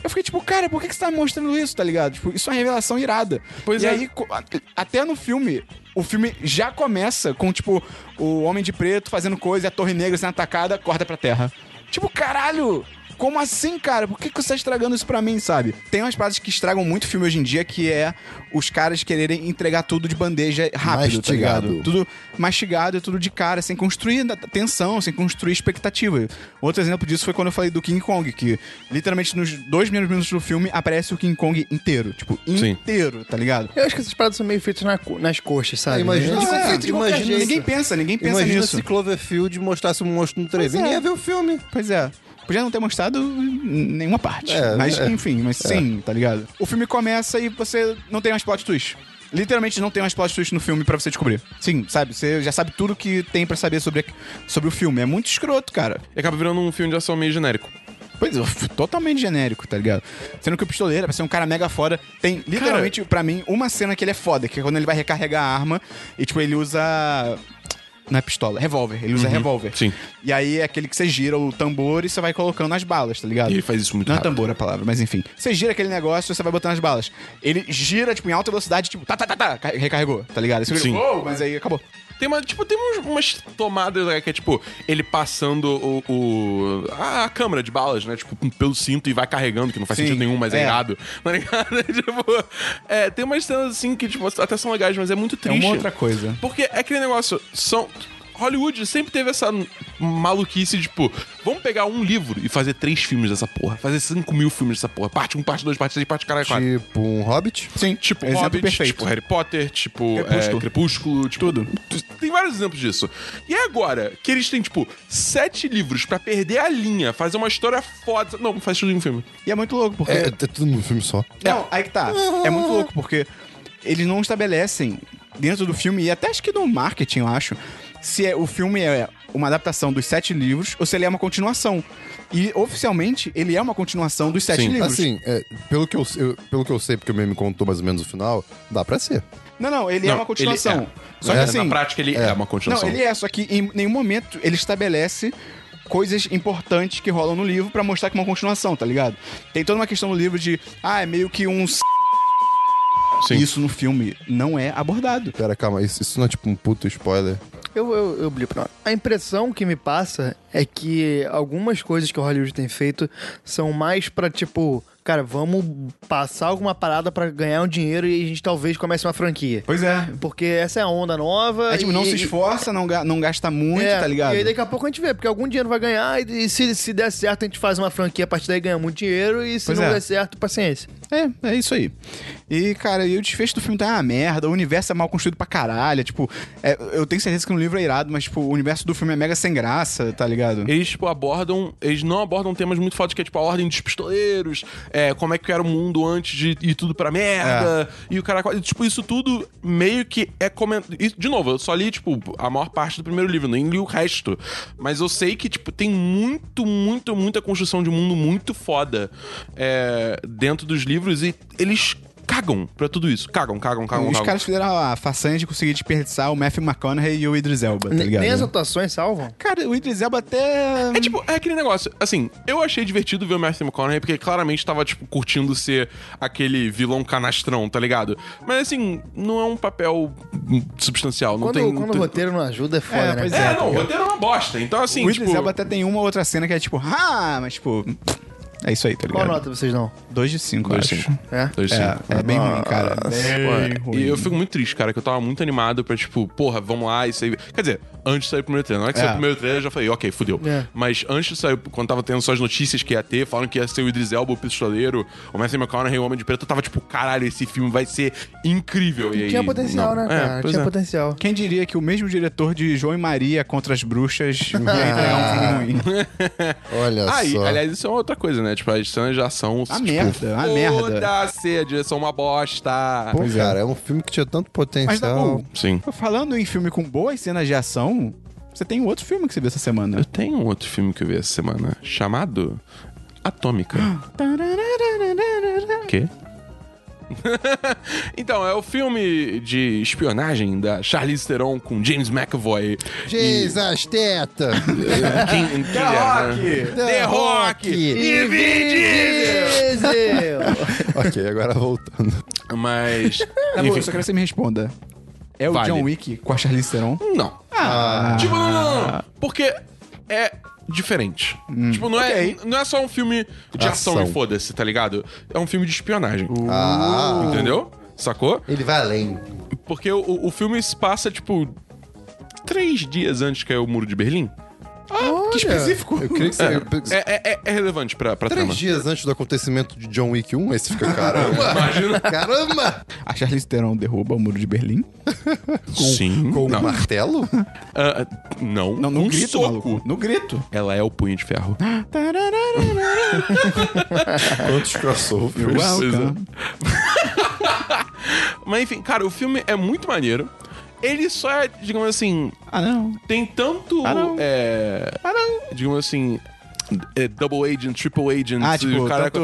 Eu fiquei tipo, cara, por que, que você tá me mostrando isso, tá ligado? Tipo, isso é uma revelação irada. Pois e é. aí, co- até no filme, o filme já começa com, tipo, o Homem de Preto fazendo coisa e a Torre Negra sendo atacada, corta pra Terra. Tipo, caralho! Como assim, cara? Por que, que você tá estragando isso pra mim, sabe? Tem umas paradas que estragam muito filme hoje em dia, que é os caras quererem entregar tudo de bandeja rápido, Mastigado. tá ligado? tudo mastigado e tudo de cara, sem construir na- tensão, sem construir expectativa. Um Outro exemplo disso foi quando eu falei do King Kong, que literalmente nos dois primeiros minutos do filme aparece o King Kong inteiro. Tipo, Sim. inteiro, tá ligado? Eu acho que essas paradas são meio feitas na co- nas coxas, sabe? Tipo, É, imagina Eles se são fosse- feitos de qualquer imagina jeito. Ah, Ninguém pensa, ninguém pensa Imagina nisso. se Cloverfield mostrasse um monstro no Pois é. trailer. Ninguém ia ver o filme. Pois é. Podia não ter mostrado em nenhuma parte. É, mas, é. enfim, mas sim, tá ligado? O filme começa e você não tem mais plot twist. Literalmente não tem mais plot twist no filme pra você descobrir. Sim, sabe? Você já sabe tudo que tem pra saber sobre, sobre o filme. É muito escroto, cara. E acaba virando um filme de ação meio genérico. Pois é, f- totalmente genérico, tá ligado? Sendo que o pistoleiro, pra ser um cara mega foda, tem literalmente, pra mim, uma cena que ele é foda, que é quando ele vai recarregar a arma e, tipo, ele usa. Não é pistola, revólver. Ele usa revólver. Uhum, sim. E aí é aquele que você gira o tambor e você vai colocando as balas, tá ligado? E ele faz isso muito Não é rápido. tambor a palavra, mas enfim. Você gira aquele negócio e você vai botando as balas. Ele gira, tipo, em alta velocidade, tipo, tá, tá, tá, tá, ca- recarregou, tá ligado? Aí Você Sim. sim. Oh, mas aí acabou. Tem uma, tipo, tem uns- umas tomadas né, que é tipo, ele passando o, o- a, a câmera de balas, né? Tipo, pelo cinto e vai carregando, que não faz Sim, sentido nenhum, mas é, é. irado. [LAUGHS] Tá ligado? tipo, é, tem umas cenas assim que, tipo, até são legais, mas é muito É uma triste. outra coisa. Porque é aquele negócio, são. Hollywood sempre teve essa maluquice, tipo, vamos pegar um livro e fazer três filmes dessa porra, fazer cinco mil filmes dessa porra, parte um, parte dois, parte três, parte caralho, quatro. Tipo um Hobbit. Sim, Tipo exemplo Hobbit, perfeito. tipo Harry Potter, tipo é, Crepúsculo, Crepúsculo. tipo, tudo. Tem vários exemplos disso. E agora, que eles têm, tipo, sete livros pra perder a linha, fazer uma história foda. Não, faz tudo em um filme. E é muito louco, porque. É, é tudo num filme só. Não, aí que tá. É muito louco, porque eles não estabelecem dentro do filme, e até acho que no marketing, eu acho, se é, o filme é uma adaptação dos sete livros ou se ele é uma continuação. E oficialmente, ele é uma continuação dos sete Sim. livros. Assim, é, pelo, que eu, eu- pelo que eu sei, porque o meme contou mais ou menos o final, dá pra ser. Não, não, ele é Não, uma continuação. ele é. Só que É, assim. na prática, ele é, uma Não, continuação. ele é, só que em nenhum momento ele estabelece coisas importantes que rolam no livro pra mostrar que é uma continuação, tá ligado? Tem toda uma questão no livro de, ah, é meio que um s- Sim. Isso no filme não é abordado. Pera, calma, isso, isso não é tipo um puto spoiler. Eu, eu, eu blipo na hora. A impressão que me passa é que algumas coisas que o Hollywood tem feito são mais pra, tipo, cara, vamos passar alguma parada pra ganhar um dinheiro e a gente talvez comece uma franquia. Pois é. Porque essa é a onda nova. É tipo, não e- se esforça, não, ga- não gasta muito, É, tá ligado? E aí daqui a pouco a gente vê, porque algum dinheiro vai ganhar e, e se, se der certo a gente faz uma franquia, a partir daí ganha muito dinheiro e se Pois não é. der certo, paciência. É, é isso aí. E, cara, e o desfecho do filme tá uma merda, o universo é mal construído pra caralho. Tipo, é, eu tenho certeza que no livro é irado, mas, tipo, o universo do filme é mega sem graça, tá ligado? Eles, tipo, abordam. Eles não abordam temas muito fodas, que é tipo a ordem dos pistoleiros, é, como é que era o mundo antes de ir tudo pra merda. É. E o cara. e, Tipo, isso tudo meio que é comentado. De novo, eu só li, tipo, a maior parte do primeiro livro, nem li o resto. Mas eu sei que, tipo, tem muito, muito, muita construção de mundo muito foda é, dentro dos livros e eles. Cagam pra tudo isso. Cagam, cagam, cagam, Os cagam. caras fizeram a façanha de conseguir desperdiçar o Matthew McConaughey e o Idris Elba, tá ligado? Nem as atuações salvam. Cara, o Idris Elba até... É tipo, é aquele negócio. Assim, eu achei divertido ver o Matthew McConaughey, porque claramente tava, tipo, curtindo ser aquele vilão canastrão, tá ligado? Mas, assim, não é um papel hum, substancial. Não Quando, tem. quando não o tem- roteiro não ajuda, é foda, É, né? pois cara? É, não, o roteiro é uma bosta. Então, assim, o Idris tipo. Elba até tem uma outra cena que é tipo, ah, mas, tipo... É isso aí, tá Qual ligado? nota vocês dão? 2 de 5, Dois acho. cinco. É? Dois cinco. É, é bem ruim, cara. Bem Pô, É, E eu fico muito triste, cara, que eu tava muito animado pra, tipo, porra, vamos lá, isso aí. Quer dizer, antes de sair o primeiro trailer. Na hora que saiu o primeiro trailer, eu já falei, ok, fudeu. É. Mas antes de sair, quando tava tendo só as notícias que ia ter, falaram que ia ser o Idris Elba, o pistoleiro, o Matthew McConaughey, o Homem de Preto, eu tava tipo, caralho, esse filme vai ser incrível. E aí, Tinha potencial, não. né, É, cara? pois Tinha é. potencial. Quem diria que o mesmo diretor de João e Maria contra as bruxas ia entregar um filme ruim? Olha Ah, e, só. aliás, isso é uma outra coisa, né? Tipo, as cenas de ação. A tipo, merda, a merda. Foda-se, a direção é uma bosta. Pô, cara, é um filme que tinha tanto Mas dá bom. potencial. Sim. Falando em filme com boas cenas de ação, você tem outro filme que você viu essa semana. Eu tenho um outro filme que eu vi essa semana, chamado Atômica. Quê? [LAUGHS] então, é o filme de espionagem da Charlize Theron com James McAvoy. Jesus, teta! Quem, quem é, né? The Rock! [LAUGHS] E Vin Diesel! ok, agora voltando. Mas... [LAUGHS] Tá bom, enfim, eu só quero que você me responda. É o Vale. John Wick com a Charlize Theron? Não. Tipo, não, não, não. Porque é diferente. Tipo, não, Ok. é, não é só um filme de ação, Ação. e foda-se, tá ligado? É um filme de espionagem. Ah, Entendeu? Sacou? ele vai além. Porque o, o filme se passa, tipo, três dias antes que é o Muro de Berlim. Que específico. Eu creio que você... É, é- é- é relevante pra, pra Três trama. dias antes do acontecimento de John Wick 1, esse fica [LAUGHS] caramba. Imagina. Caramba! A Charlize Theron derruba o muro de Berlim? Sim. Com não. um martelo? Ah, ah, não. Não, no um grito, soco. maluco. No [LAUGHS] grito. Ela é o punho de ferro. Quantos crossovers? Welcome. Mas enfim, cara, o filme é muito maneiro. Ele só é, digamos assim, Ah, não. tem tanto. Ah, não. é, Ah, não. digamos assim. é, double agent, triple agent, Ah, tipo, o cara- tanto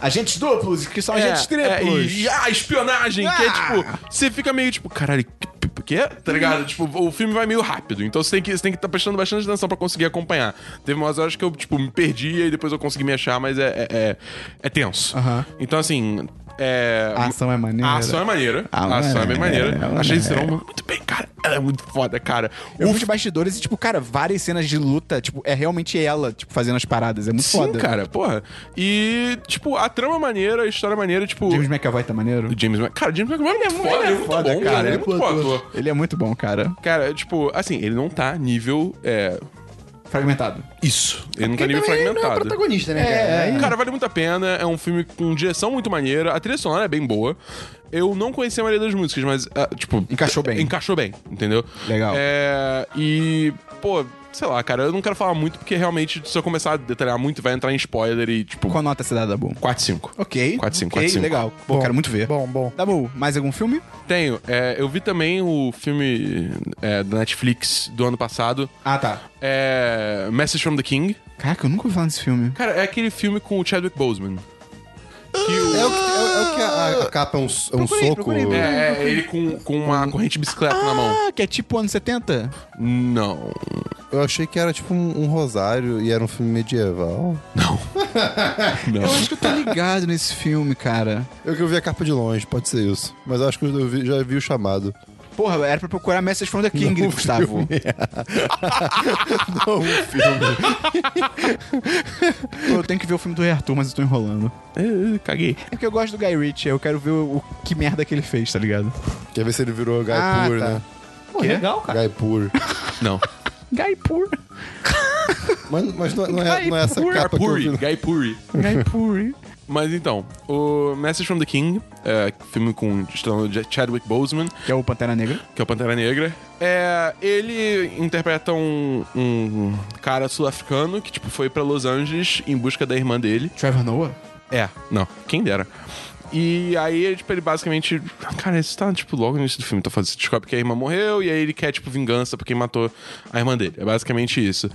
agentes duplos, que são agentes é, triplos. e, e ah, espionagem, que é tipo, você fica meio tipo, caralho, que, que- que é? Tá Uhum. ligado? tipo, o filme vai meio rápido, então você tem que estar tem que tá prestando bastante atenção pra conseguir acompanhar. Teve umas horas que eu, tipo, me perdi e depois eu consegui me achar, mas é, é, é- é tenso. Aham. Então, assim, é. A ação é maneira. A ação é maneira. A A, ação é bem maneira. maneira. A maneira. Achei esse drama muito bem, cara. Ela é muito foda, cara. Eu vi de bastidores e, tipo, cara, várias cenas de luta, tipo, é realmente ela, tipo, fazendo as paradas. É muito Sim, foda. cara, porra. E, tipo, a trama é maneira, a história é maneira, tipo. James McAvoy tá maneiro? O James Mc... Cara, o James McAvoy ele é muito foda, ele é muito foda, bom, cara. cara. Ele Ele é é muito bom ator. Ele é muito bom, cara. Cara, tipo, assim, ele não tá nível. É... Fragmentado. Isso. Ele não tá Porque nível também Não é fragmentado. É. protagonista, né, cara? Cara, vale muito a pena. É um filme com direção muito maneira. A trilha sonora é bem boa. Eu não conheci a maioria das músicas, mas, ah, tipo. Encaixou bem. Encaixou bem, entendeu? Legal. É. E, pô, sei lá, cara, eu não quero falar muito porque realmente, se eu começar a detalhar muito, vai entrar em spoiler e, tipo, Qual nota você dá, Dabu? 4, 5. Ok. 4, 5, ok, 4, 5. Legal. Pô, quero muito ver. Bom, bom. Dabu, mais algum filme? Tenho. É, eu vi também o filme é, da Netflix do ano passado. Ah, tá. É. Message from the King. Caraca, eu nunca ouvi falar desse filme. Cara, é aquele filme com o Chadwick Boseman. Que o- É o que, é, é o que a, a capa é um, s- é um Procurei, soco. procurei. É, é, ele com, com uma corrente de bicicleta na mão. Ah, que é tipo anos 70? Não. Eu achei que era tipo um, um rosário e era um filme medieval. Eu acho que eu tô ligado nesse filme, cara. Eu que eu vi a capa de longe, pode ser isso. Mas eu acho que eu vi- já vi o chamado. Porra, era pra procurar Message from the King, Gustavo. [LAUGHS] Não, um filme. Pô, [LAUGHS] Eu tenho que ver o filme do Rei Arthur, mas eu tô enrolando. Eh, Caguei. É porque eu gosto do Guy Ritchie, eu quero ver o, o que merda que ele fez, tá ligado? Quer ver se ele virou Guy Ah, Pur, tá. né? Pô, legal, Guy Pur. Não. Guy Pur. Mas, mas não, é- não é, Guy não é essa Pur. capa que eu Puri, vi. [LAUGHS] Guy Puri. Guy Puri. Mas então, o Message from the King, é, filme com estrelando Chadwick Boseman, Que é o Pantera Negra. que é o Pantera Negra. É, ele interpreta um, um cara sul-africano que tipo, foi pra Los Angeles em busca da irmã dele. Trevor Noah. É, não, quem dera. E aí, tipo, ele basicamente. Cara, isso tá, tipo, logo no início do filme. Tá fazendo, descobre que a irmã morreu e aí ele quer, tipo, vingança por quem matou a irmã dele. É basicamente isso.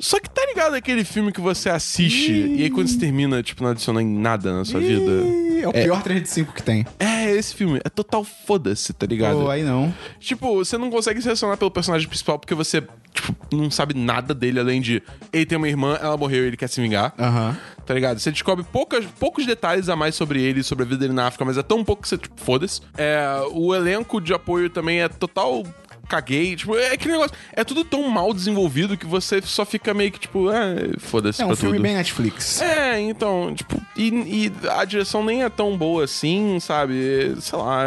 Só que tá ligado aquele filme que você assiste e aí quando você termina, tipo, não adiciona em nada na sua vida? Ih, É o pior 3 de 5 que tem. É, esse filme. É total foda-se, tá ligado? Pô, aí não. Tipo, você não consegue se relacionar pelo personagem principal porque você, tipo, não sabe nada dele além de ele tem uma irmã, ela morreu e ele quer se vingar. Aham. Tá ligado? Você descobre poucas, poucos detalhes a mais sobre ele, sobre a vida dele na África, mas é tão pouco que você, tipo, foda-se. É, o elenco de apoio também é total caguei. Tipo, é aquele negócio. É tudo tão mal desenvolvido que você só fica meio que, tipo, ah, foda-se É um pra filme tudo. bem Netflix. É, então, tipo, e, e a direção nem é tão boa assim, sabe? Sei lá,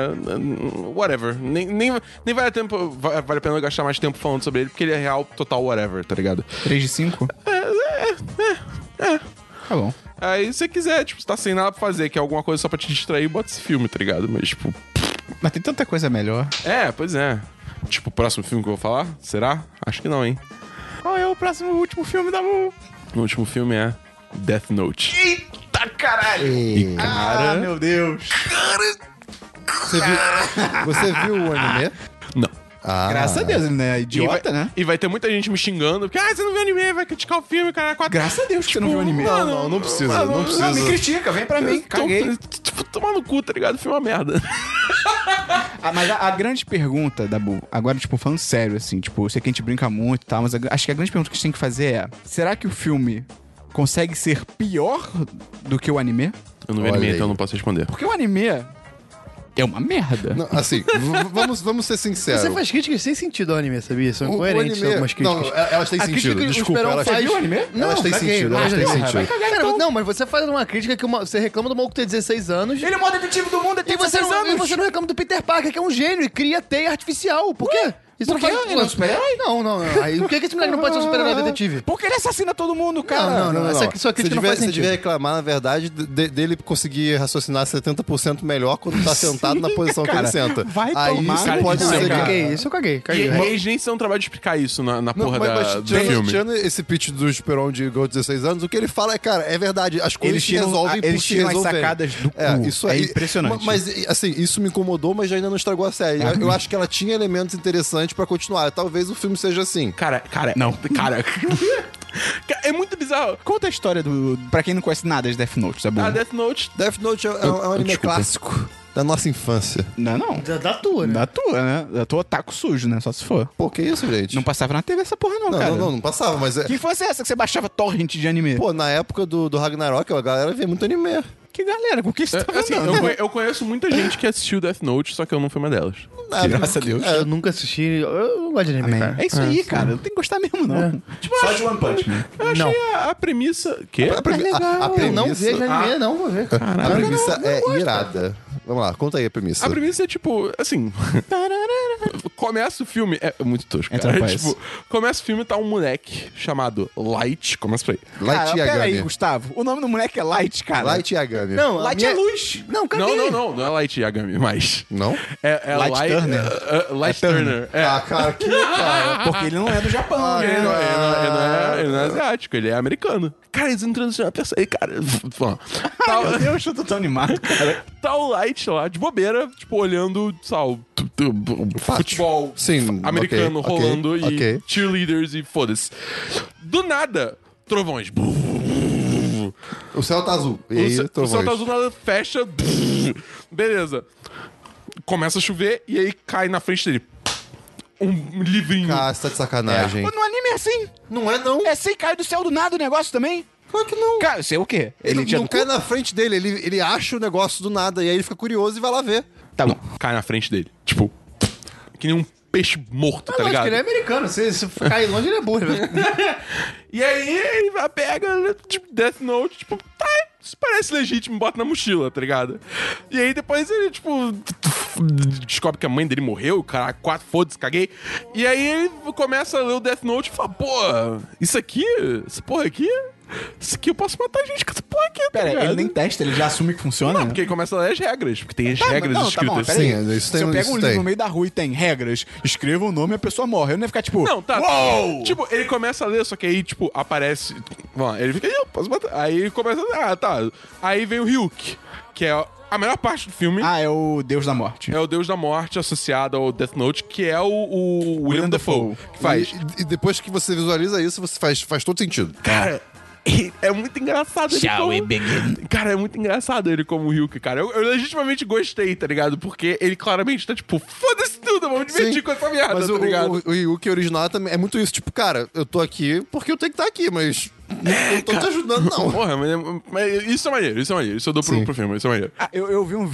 whatever. Nem, nem, nem vale, a tempo, va- vale a pena eu gastar mais tempo falando sobre ele, porque ele é real, total, whatever, tá ligado? 3 de 5? É, é, é, é. Tá bom. Aí se você quiser, tipo, se tá sem nada pra fazer, que é alguma coisa só pra te distrair, bota esse filme, tá ligado? Mas, tipo, Mas tem tanta coisa melhor. é, pois é. Tipo, o próximo filme que eu vou falar? Será? Acho que não, hein? Qual é o próximo último filme da Mu? O último filme é Death Note. Eita caralho! E, Cara. Ah, meu Deus. você, viu, você viu o anime? Não. Ah, Graças a Deus, ele não é idiota, e vai, né? E vai ter muita gente me xingando, porque, ah, você não viu anime, vai criticar o filme, cara. é Quatro... Graças a Deus que você não viu o anime. Não, [LAUGHS] não, não precisa, não precisa. Não, me critica, vem pra mim. Caguei. Então, [LAUGHS] tipo, tomar no cu, tá ligado? O filme é uma merda. Ah, mas a, a grande pergunta, Dabu, agora, tipo, falando sério, assim, tipo, eu sei que a gente brinca muito e tal, mas a- acho que a grande pergunta que a gente tem que fazer é: será que o filme consegue ser pior do que o anime? Eu não vi Olha anime, aí. então não posso responder. Porque o anime é uma merda. Não, assim, v- vamos, vamos ser sinceros. Você faz críticas sem sentido ao anime, sabia? São O- o incoerentes anime- algumas críticas. Não, elas têm A crítica sentido. que o Desculpa, Esperão elas faz- têm Viu o anime? Elas têm Não, caguei, sentido, elas vai têm cagar, sentido. vai cagar. Cara, não, mas você faz uma crítica que uma- você reclama do maluco ter 16 anos. Ele é o maior detetive do mundo, ele E tem você, 16 não, e anos. você não reclama do Peter Parker, que é um gênio e cria teia artificial. Por quê? Isso Por quê? faz- Ele é um super-herói? Não, não, não. Aí, por que que esse moleque não pode ser um super-herói detetive? Porque ele assassina todo mundo, cara. Não, não, não. Essa- sua Você crítica não devia- faz Você sentido. devia reclamar, na verdade, de- dele conseguir raciocinar 70% melhor [LAUGHS] quando tá sentado na posição que ele cara. senta. Vai Aí tomar isso no pode cu, Não, ser cara. eu é que- caguei, isso eu caguei. E, é caguei. e eles nem se dão um trabalho de explicar isso na, na porra mas- da, mas do tirando, filme. tirando esse pitch do Esperon de Gol 16 anos, o que ele fala é, cara, é verdade, as coisas Eles se tiram- resolvem ah, por eles se tiram as resolverem. sacadas do cu. É aí- impressionante. É. ma- Mas, e, assim, isso me incomodou, mas ainda não estragou a série. Eu- Eu acho que ela tinha elementos interessantes pra continuar. Talvez o filme seja assim. Cara, cara. Não. Cara. Cara, é muito bizarro. [LAUGHS] Conta a história do. Pra quem não conhece nada de Death Note, tá bom? A Death Note Death Note é, é um é um anime Desculpa. clássico da nossa infância. Não, não. Da, da tua, né? Da tua, né? Da tua taco sujo, né? Só se for. Pô, que isso, gente? Não passava na TV essa porra, não, não, cara. não, não, não passava, mas... É... Que infância é essa que você baixava torrent de anime? Pô, na época do, do Ragnarok, a galera vê muito anime. que galera, com que você É, assim, eu, conhe- eu conheço muita gente que assistiu Death Note, só que eu não fui uma delas. Ah, Graças a Deus. Eu nunca assisti. Eu não gosto de anime, cara. É isso aí, cara. Não tem que gostar mesmo, não. Só de One Punch Man. Eu achei Não. a, a premissa. Quê? A, premi- a- a Eu não premissa- vejo anime, não, vou ver. [LAUGHS] Ah, cara. A premissa é irada. Vamos lá, conta aí a premissa. A premissa é tipo, assim. começa o filme. É muito tosco. Entra Cara. na É, paz. [LAUGHS] tipo, começa o filme tá um moleque chamado Light. Começa por aí. Cara, Light pera aí, Yagami. Gustavo. O nome do moleque é Light, cara. Light Yagami. Não, a Light minha- é luz. Não, cadê? Não, não, não. Não é Light Yagami, mas. Não? É, é Light Turner. é, é, Light É Turner. Turner. É. Ah, cara, que cara. Porque ele não é do Japão, Ele né? não, ele não- ele não é, ele não é asiático, ele é americano. Cara, eles entram na pessoa. e, Cara, [LAUGHS] vamos lá. tá, Meu Deus, eu tô tão animado, cara. tá o Light lá, de bobeira, tipo, olhando, sabe, tu- tu- futebol Sim, americano ok, ok, rolando e ok. cheerleaders e foda-se. Do nada, trovões. O céu tá azul. E O aí, céu- o trovões. céu tá azul, nada fecha. Beleza. Começa a chover e aí cai na frente dele um livrinho. Ah, você tá de sacanagem. Pô, no anime é assim. Não é, não. É assim, cai do céu do nada o negócio também. Claro que não. Cara, sei o quê? Ele tinha não do cai cu? na frente dele, ele, ele acha o negócio do nada, e aí ele fica curioso e vai lá ver. Tá bom. Cai na frente dele. Tipo, que nem um peixe morto, tá Lógico, ligado? ele é americano. Se, se cair longe, ele é burro. E aí ele vai, pega né, tipo, Death Note, tipo, tá, isso parece legítimo, bota na mochila, tá ligado? E aí depois ele, tipo, descobre que a mãe dele morreu, cara, quatro foda-se, caguei. E aí ele começa a ler o Death Note e fala, pô, isso aqui, essa porra aqui Isso aqui eu posso matar gente com essa porra aqui, tá Pera, ligado? É, ele nem testa, ele já assume que funciona? né? Não, porque aí começa a ler as regras, porque tem as Tá, mas- regras não, tá bom, escritas. peraí. Sim, isso Se eu tem- pego isso um livro tem. no meio da rua e tem regras, escreva o nome e a pessoa morre. Eu não ia ficar tipo. Não, tá. Uou! Tipo, ele começa a ler, só que aí, tipo, aparece. Vamos lá, ele fica, "Ih, eu posso matar. Aí ele começa. Ah, tá. Aí vem o Ryuk, que é a melhor parte do filme. Ah, é o Deus da Morte. É o Deus da Morte associado ao Death Note, que é o, o William Dafoe. Que faz. E, e depois que você visualiza isso, você faz, faz todo sentido. Cara, é muito engraçado ele como... Cara, é muito engraçado ele como o Ryuk, cara. Eu, eu legitimamente gostei, tá ligado? Porque ele claramente tá tipo, foda-se tudo, eu vou me divertir Sim. com essa merda, Mas tá o, ligado? o, o Yuki original também é muito isso. Tipo, cara, eu tô aqui porque eu tenho que estar aqui, mas É, não tô te ajudando, não. Porra, mas, é- mas isso é maneiro, isso é maneiro. Isso eu dou pro, pro filme, isso é maneiro. Ah, eu, eu vi [LAUGHS] um.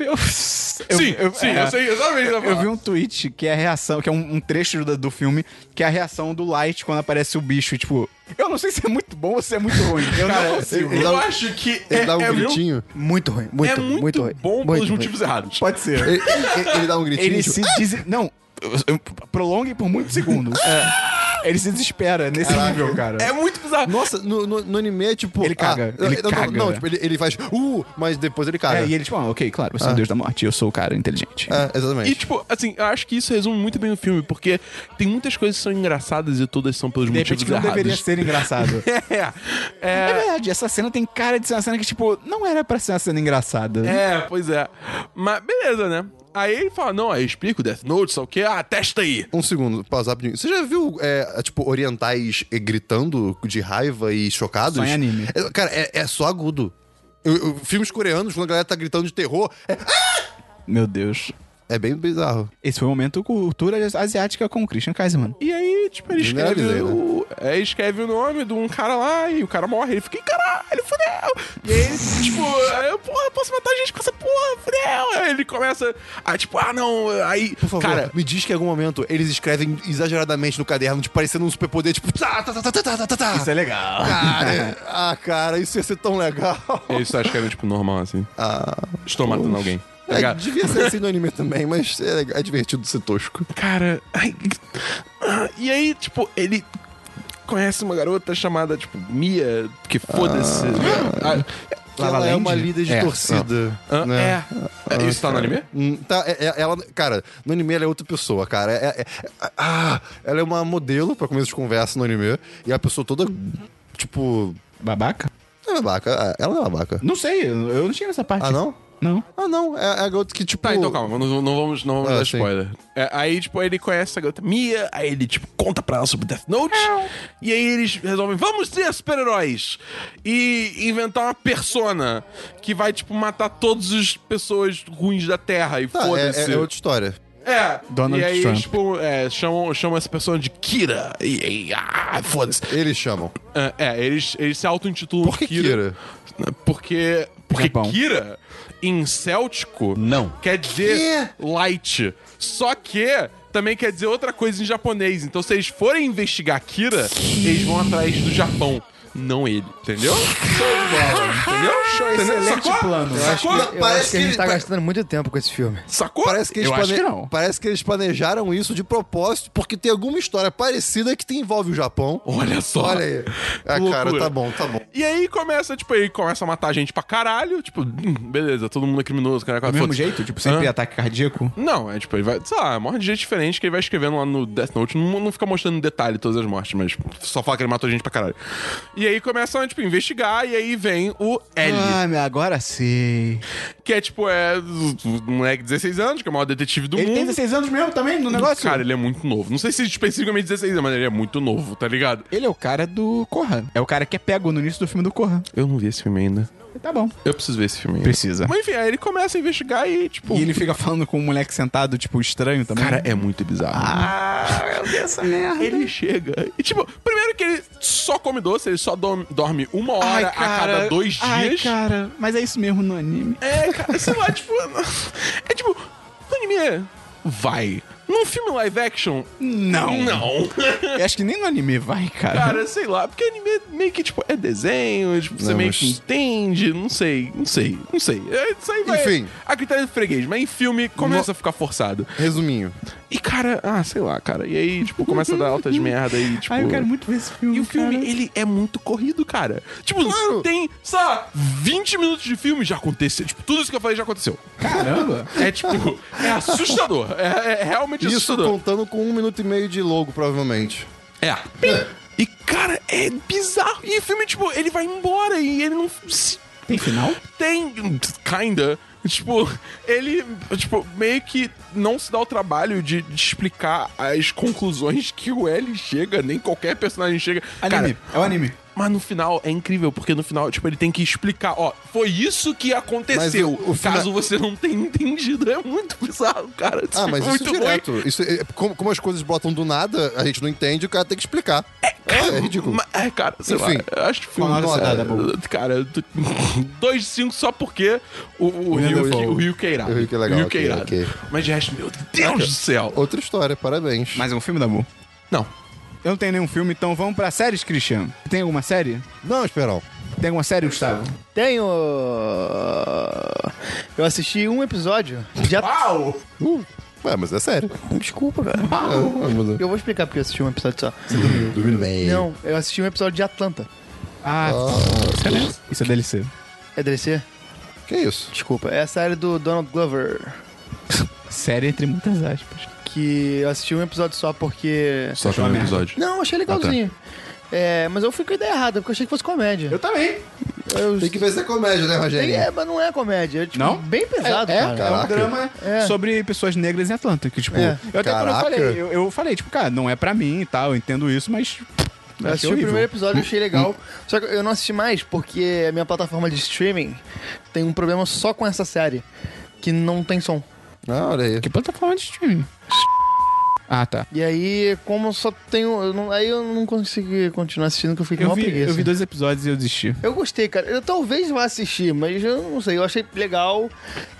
eu- eu- sim, sim, é. eu sei exatamente o que você tá Eu vi falando. um tweet que é a reação, que é um, um trecho do, do filme, que é a reação do Light quando aparece o bicho, tipo, eu não sei se é muito bom ou se é muito ruim. Eu não consigo. ele dá tá Eu um- acho que Ele é, dá um é muito- gritinho. Muito ruim, é muito, muito, muito ruim. bom muito pelos ruim. motivos errados. Pode ser. Ele, ele- ele dá um gritinho. Ele tipo, se des... Não, eu- eu- prolongue por muitos segundos. É. Ele se desespera nesse nível, cara. É muito bizarro. Nossa, no, no, no anime é tipo. Ele caga, não, ele não, caga. né? Não, tipo, ele, ele faz. Uh, mas depois ele caga. É, e ele, tipo, ah, ok, claro, você é o Deus da Morte, eu sou o cara inteligente. É, exatamente. E, tipo, assim, eu acho que isso resume muito bem o filme, porque tem muitas coisas que são engraçadas e todas são pelos De motivos repente que não errados. deveria ser engraçado. [LAUGHS] É, [LAUGHS] É é, verdade, essa cena tem cara de ser uma cena que, tipo, não era pra ser uma cena engraçada. é, pois é. Mas beleza, né? Aí ele fala, não, aí explica o Death Note, só o quê? Ah, testa aí. Um segundo, pausa rapidinho. Você já viu, é, tipo, orientais eh, gritando de raiva e chocados? Só em anime. É, cara, é, é só agudo. Eu- eu- filmes coreanos, quando a galera tá gritando de terror, é, Meu Deus. é bem bizarro. Esse foi o momento cultura asiática com o Christian Kaiserman. E aí, tipo, ele escreve, Generalizei, né? o, é, escreve o nome de um cara lá e o cara morre. Ele fica, "Ih, caralho, ele fudeu. E aí, tipo, aí eu, porra, eu posso matar gente com essa porra, fudeu. Aí ele começa, aí tipo, ah, não, aí... Por favor, Cara, me diz que em algum momento eles escrevem exageradamente no caderno, tipo, parecendo um superpoder, tipo... Tá, tá, tá, tá, tá, tá, tá, tá. Isso é legal. Cara, é- ah, cara, isso ia ser tão legal. eles só escrevem, tipo, normal, assim. Ah, Estou matando alguém. Tá é, ligado? devia ser assim no anime também, mas é, legal- é divertido ser tosco. Cara, ai, ah, e aí, tipo, ele conhece uma garota chamada, tipo, Mia, que foda-se. Ah, Lala ela é Land? uma líder de É. torcida. ah, né? é. É, Isso tá no anime? Hum, Tá, é- é- ela, cara, no anime ela é outra pessoa, cara. É- é- é- ah, ela é uma modelo pra começo de conversa no anime. E a pessoa toda, tipo. Babaca? É babaca. Ah, Ela não é babaca. Não sei, eu eu não é tipo cheguei nessa parte. Ah, não? Não. Ah, não. É, é a garota que, tipo. Tá, então calma, não, não vamos, não vamos Ah, dar sim. spoiler. É, aí, tipo, ele conhece a garota Mia, aí ele, tipo, conta pra ela sobre Death Note, e aí eles resolvem, vamos ser super-heróis! E inventar uma persona que vai, tipo, matar todas as pessoas ruins da Terra e Tá, é, foda-se. é- é outra história. É, Donald e aí, Trump. tipo, é, chamam, chamam essa pessoa de Kira. E, e ah, foda-se. Eles chamam. É, é, eles, eles se auto-intitulam Por que Kira? Porque, porque Japão. Kira, em céltico, Não. quer dizer light. Só que também quer dizer outra coisa em japonês. Então, se eles forem investigar Kira, eles vão atrás do Japão. Não ele, entendeu? Entendeu? Entendeu? excelente Sacou? plano. Eu Sacou? Não, Eu parece acho que a gente que- tá gastando muito tempo com esse filme. Sacou? Parece que, eles Eu acho plane- que não. parece que eles planejaram isso de propósito, porque tem alguma história parecida que te envolve o Japão. Olha só. Olha aí. Ah, cara, Loucura. tá bom, tá bom. E aí começa, tipo, ele começa a matar gente pra caralho. Tipo, hum, beleza, todo mundo é criminoso, cara. Do mesmo foda-se. jeito? Tipo, sempre Hã? ataque cardíaco? Não, é tipo, ele vai, sei lá, morre de jeito diferente que ele vai escrevendo lá no Death Note. Não, não fica mostrando em detalhe todas as mortes, mas só fala que ele matou gente pra caralho. E aí começam a, tipo, investigar e aí vem o L. Ah, meu, agora sim. Que é, tipo, é um moleque de 16 anos, que é o maior detetive do Ele mundo. tem 16 anos mesmo também no negócio? Cara, ele é muito novo. Não sei se especificamente 16 anos, mas ele é muito novo, tá ligado? Ele é o cara do Corra. É o cara que é pego no início do filme do Corra. Eu não vi esse filme ainda. Tá bom. Eu preciso ver esse filme ainda. Precisa. Mas enfim, aí ele começa a investigar e, tipo. E ele fica falando com um moleque sentado, tipo, estranho também. Cara, é muito bizarro. Ah, eu vi essa merda. Ele chega. E, tipo, primeiro que ele só come doce, ele só dorme, dorme uma hora Ai, a cada dois Ai, dias. cara, mas é isso mesmo no anime. É, cara, sei lá, tipo. É tipo, o anime é, vai. Num filme live action, Não. não. Eu acho que nem no anime vai, cara. Cara, sei lá, porque anime meio que, tipo, é desenho, tipo, você Não, meio mas- que entende, não sei, não sei, não sei. É, isso aí vai Enfim. a critério do freguês, mas em filme começa No- a ficar forçado. Resuminho. E, cara, ah, sei lá, cara. E aí, tipo, começa a dar altas merda e, tipo. Ai, eu quero muito ver esse filme. E Hum, o filme, cara. ele é muito corrido, cara. Tipo, tem, sei lá, 20 minutos de filme já aconteceu. Tipo, tudo isso que eu falei já aconteceu. Caramba! É tipo, é assustador. É, é realmente Isso assustador. contando com um minuto e meio de logo, provavelmente. É. E, cara, é bizarro. E o filme, tipo, ele vai embora e ele não se Tem final? tem. Kinda. Tipo, ele, tipo, meio que não se dá o trabalho de, de explicar as conclusões que o L chega, nem qualquer personagem chega. Anime. Cara, é o anime. mas no final é incrível, porque no final, tipo, ele tem que explicar, ó, foi isso que aconteceu. Mas o- o fina- Caso você não tenha entendido, é muito bizarro, cara. Ah, [LAUGHS] mas muito isso ruim. direto. Isso é- como, como as coisas brotam do nada, a gente não entende, o cara tem que explicar. É, é ridículo. Ma- É, cara, sei Enfim. lá. Eu acho que o filme. Uma nota, cara, tá bom. é, cara, [LAUGHS] 2-5 só porque o, o, Rio, Dafoe. o Rio Queirado. é O Rio que é legal, O Rio ok, Queirado. ok. Mas de resto, meu Deus do céu. Outra história, parabéns. Mas é um filme da boa. Não. Eu não tenho nenhum filme, então vamos pra séries, Christian. Tem alguma série? Não, Esperão. Tem alguma série, Gustavo? Tenho. uh, Eu assisti um episódio. Já... Uau! Uh, ué, mas é sério. Desculpa, cara. Ah, mas- Eu vou explicar porque eu assisti um episódio só. Dormindo bem. Não, eu assisti um episódio de Atlanta. Ah, isso é DLC. É DLC? Que isso? Desculpa. É a série do Donald Glover. Série entre muitas aspas. Que eu assisti um episódio só porque. Só que é um episódio. Não, achei legalzinho. É, mas eu fui com a ideia errada, porque eu achei que fosse comédia. Eu também. Eu- Tem que ver se é comédia, né, Rogério? É, mas não é comédia. É, tipo, Não? bem pesado, é, cara. é um Caraca. drama É. sobre pessoas negras em Atlanta. Que, tipo, É. eu até quando eu Caraca. falei, eu, eu falei, tipo, cara, não é pra mim e tal, eu entendo isso, mas. Eu assisti o primeiro episódio, achei legal. Só que eu não assisti mais porque a minha plataforma de streaming tem um problema só com essa série, que não tem som. Ah, olha aí. Que plataforma de [LAUGHS] streaming? Ah, tá. E aí, como eu só tenho. eu não- aí eu não consegui continuar assistindo, porque eu fiquei com Eu uma vi, preguiça. eu vi dois episódios e eu desisti. Eu gostei, cara. Eu talvez vá assistir, mas eu não sei. Eu achei legal.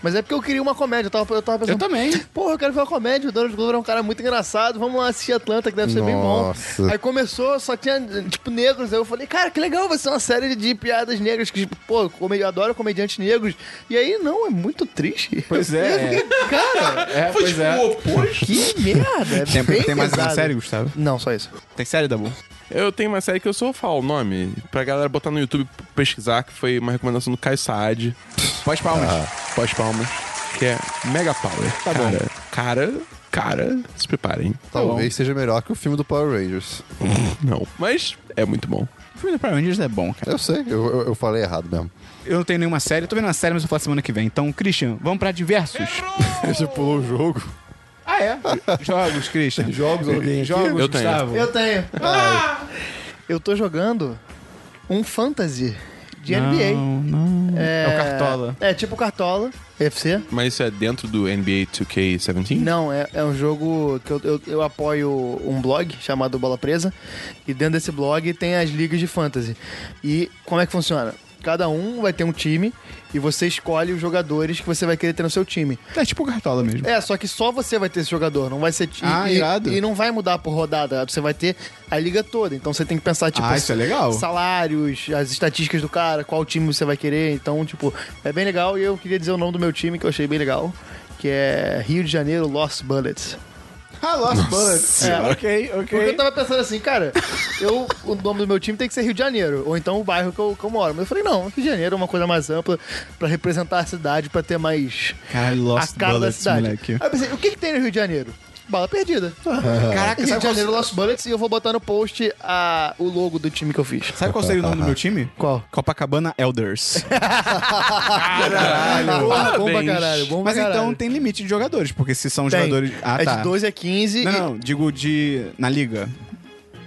Mas é porque eu queria uma comédia. Eu tava, eu tava pensando. Eu também. Porra, eu quero ver uma comédia. O Donald Glover é um cara muito engraçado. Vamos lá assistir Atlanta, que deve ser bem bom. Nossa. Aí começou, só tinha, tipo, negros. Aí eu falei, cara, que legal, vai ser uma série de piadas negras. Que, tipo, pô, comedi- eu adoro comediantes negros. E aí, não, é muito triste. Pois é. [LAUGHS] Cara, É, Foi pois tipo é. o oposto. que merda. É Tem, bem tem mais uma pesado. série, Gustavo? Não, só isso. Tem série, Dabu? Eu tenho uma série que eu só falo o nome, pra galera botar no YouTube pesquisar, que foi uma recomendação do Kai Saad, Pós palmas. pós-palmas, que é Mega Power. Tá cara, bom. Cara, cara, se preparem. Talvez seja melhor que o filme do Power Rangers. Não. Mas é muito bom. O filme do Power Rangers é bom, cara. Eu sei, eu, eu, eu falei errado mesmo. Eu não tenho nenhuma série, eu tô vendo uma série, mas eu falo semana que vem. Então, Christian, vamos pra diversos. Você pulou o jogo. Ah, é? Jogos, [LAUGHS] Christian. Jogos, alguém aqui? Jogos, Eu tenho. Gustavo. Eu tenho. Eu tô jogando um fantasy de NBA. Não, não. É, Ah. o Cartola. É tipo Cartola, FC. Mas isso é dentro do NBA 2K17? Não, é, é um jogo que eu, eu, eu apoio um blog chamado Bola Presa. E dentro desse blog tem as ligas de fantasy. E como é que funciona? Cada um vai ter um time e você escolhe os jogadores que você vai querer ter no seu time. É tipo o Cartola mesmo. É, só que só você vai ter esse jogador, não vai ser time. Ah, e, irado. e não vai mudar por rodada, você vai ter a liga toda. Então você tem que pensar, tipo, Ah, isso é legal. salários, as estatísticas do cara, qual time você vai querer. Então, tipo, é bem legal. E eu queria dizer o nome do meu time que eu achei bem legal, que é Rio de Janeiro Lost Bullets. Ah, Lost Bullets. É, ok, Porque eu ok. tava pensando assim, cara, eu, o nome do meu time tem que ser Rio de Janeiro, ou então o bairro que eu, que eu moro. Mas eu falei, não, Rio de Janeiro é uma coisa mais ampla pra representar a cidade, pra ter mais Caralho, Lost a cara Bullets, da cidade. moleque. Aí eu pensei, o que, que tem no Rio de Janeiro? Bala perdida. [LAUGHS] Caraca, Rio de Janeiro Lost Bullets e eu vou botar no post a, o logo do time que eu fiz. Sabe qual seria o nome do meu time? Qual? Copacabana Elders. Caralho, Ah, bom pra parabéns. [LAUGHS] caralho, bom pra Mas caralho. então tem limite de jogadores, porque se são Tem. jogadores. Ah, é tá. de 12 a 15 Não, e- não, digo de. na liga.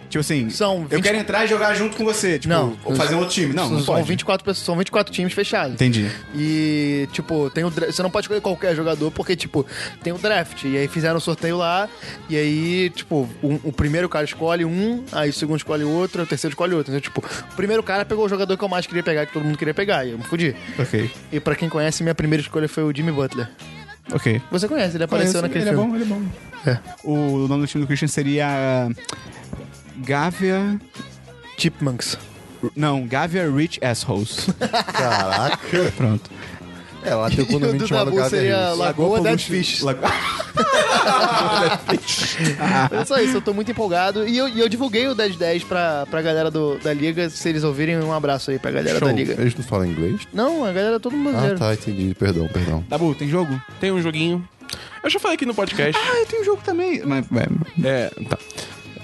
Tipo assim, São eu 20 quero entrar e jogar junto com você. Tipo, Não. ou fazer um outro time. Não, não são, pode. 24 pessoas, são 24 times fechados. Entendi. E, tipo, tem o dra- você não pode escolher qualquer jogador, porque, tipo, tem o draft. E aí fizeram o sorteio lá, e aí, tipo, um- o primeiro cara escolhe um, aí o segundo escolhe outro, aí o terceiro escolhe outro. Então, tipo, o primeiro cara pegou o jogador que eu mais queria pegar, que todo mundo queria pegar, e eu me fudi. Ok, E pra quem conhece, minha primeira escolha foi o Jimmy Butler. ok. Você conhece, ele apareceu naquele ele filme. é bom, ele é bom. O, nome do time do Christian seria. ah, Gávea. Chipmunks. [LAUGHS] Não, Gávea Rich Assholes. Caraca. Pronto. É, lá tem [LAUGHS] E o o condomínio do chamado Dabu seria Gaviões. lá- Lagoa Dead Pollution- Fish. Lagoa- É só isso, eu tô muito empolgado. E eu, e eu divulguei o 1010 pra, pra galera do, da Liga. Se eles ouvirem, um abraço aí pra galera Show. da Liga. Eles não falam inglês? Não, a galera é todo mundo Ah, brasileiro. tá, entendi. Perdão, perdão. Tá. Dabu, tem jogo? Tem um joguinho. Eu já falei aqui no podcast. Ah, eu tenho jogo também. Mas, é, É, tá.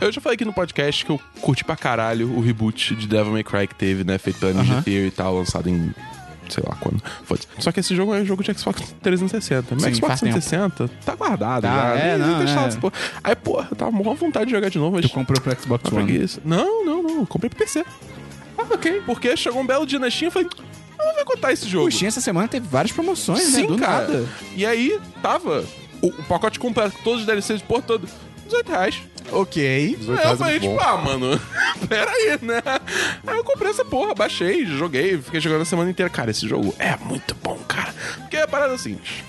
Eu já falei aqui no podcast que eu curti pra caralho o reboot de Devil May Cry que teve, né? Feito pela Ninja Theory e tal, lançado em. sei lá quando. Foda-se. Só que esse jogo é um jogo de Xbox 360. Meu Sim, Xbox faz tempo. 360 tá guardado Tá, já. é, nem, não, nem testado é. essa porra. Aí, porra, eu tava com maior vontade de jogar de novo, mas. tu comprou pro Xbox Ah, One. preguiça. Não, não, não. Eu comprei pro PC. Ah, ok. Porque chegou um belo dia na Steam e eu falei, "Ah, eu vou botar esse jogo. Puxinha, essa semana teve várias promoções, é né? Do nada. E aí, tava o, o pacote completo, todos os DLCs, por todo, 18 reais. Ok. 18 Aí eu reais é falei, muito tipo, bom. ah, mano, [LAUGHS] pera aí, né? Aí eu comprei essa porra, baixei, joguei, fiquei jogando a semana inteira. Cara, esse jogo é muito bom, cara. Porque a parada é a seguinte,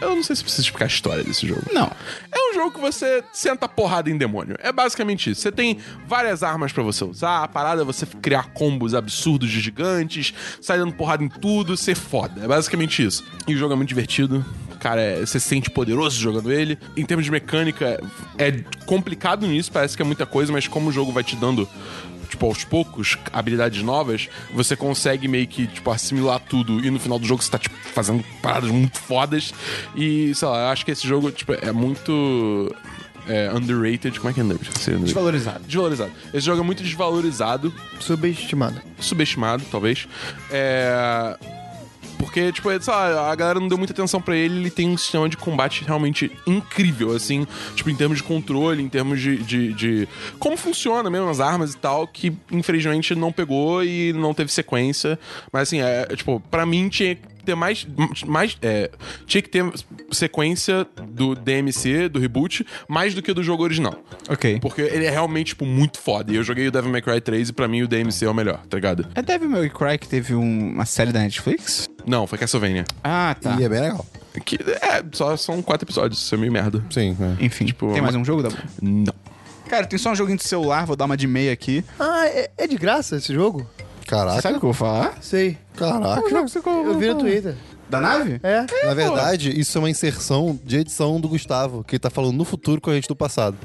eu não sei se preciso explicar a história desse jogo. Não. É um jogo que você senta porrada em demônio. É basicamente isso. Você tem várias armas pra você usar. A parada é você criar combos absurdos de gigantes, sair dando porrada em tudo, ser foda. É basicamente isso. E o jogo é muito divertido. Cara, é- você se sente poderoso jogando ele. Em termos de mecânica, é complicado nisso, parece que é muita coisa, mas como o jogo vai te dando tipo, aos poucos, habilidades novas, você consegue meio que, tipo, assimilar tudo e no final do jogo você tá, tipo, fazendo paradas muito fodas e, sei lá, eu acho que esse jogo, tipo, é muito é, underrated, como é que é underrated? Seria underrated? Desvalorizado. Desvalorizado. Esse jogo é muito desvalorizado, Subestimado. subestimado, talvez. É... Porque, tipo, é, sei lá, a galera não deu muita atenção pra ele, ele tem um sistema de combate realmente incrível, assim, tipo, em termos de controle, em termos de, de, de como funciona mesmo as armas e tal, que infelizmente não pegou e não teve sequência. Mas assim, é, é, tipo, pra mim tinha que ter mais. mais é, tinha que ter sequência do DMC, do reboot, mais do que do jogo original. Ok. Porque ele é realmente, tipo, muito foda. E eu joguei o Devil May Cry 3 e pra mim o DMC é o melhor, tá ligado? É Devil May Cry que teve um- uma série da Netflix? Não, foi Castlevania. Ah, tá. E é bem legal. Que é, só são quatro episódios, isso é meio merda. Sim, é. Enfim, Tipo, tem mais um jogo, Dabu? Não. Cara, tem só um joguinho de celular, vou dar uma de meia aqui. Ah, é, é de graça esse jogo? Caraca, Sabe o que eu vou falar? Sei. caraca. Eu vi no Twitter. Da nave? É. Na verdade, isso é uma inserção de edição do Gustavo, que tá falando no futuro com a gente do passado.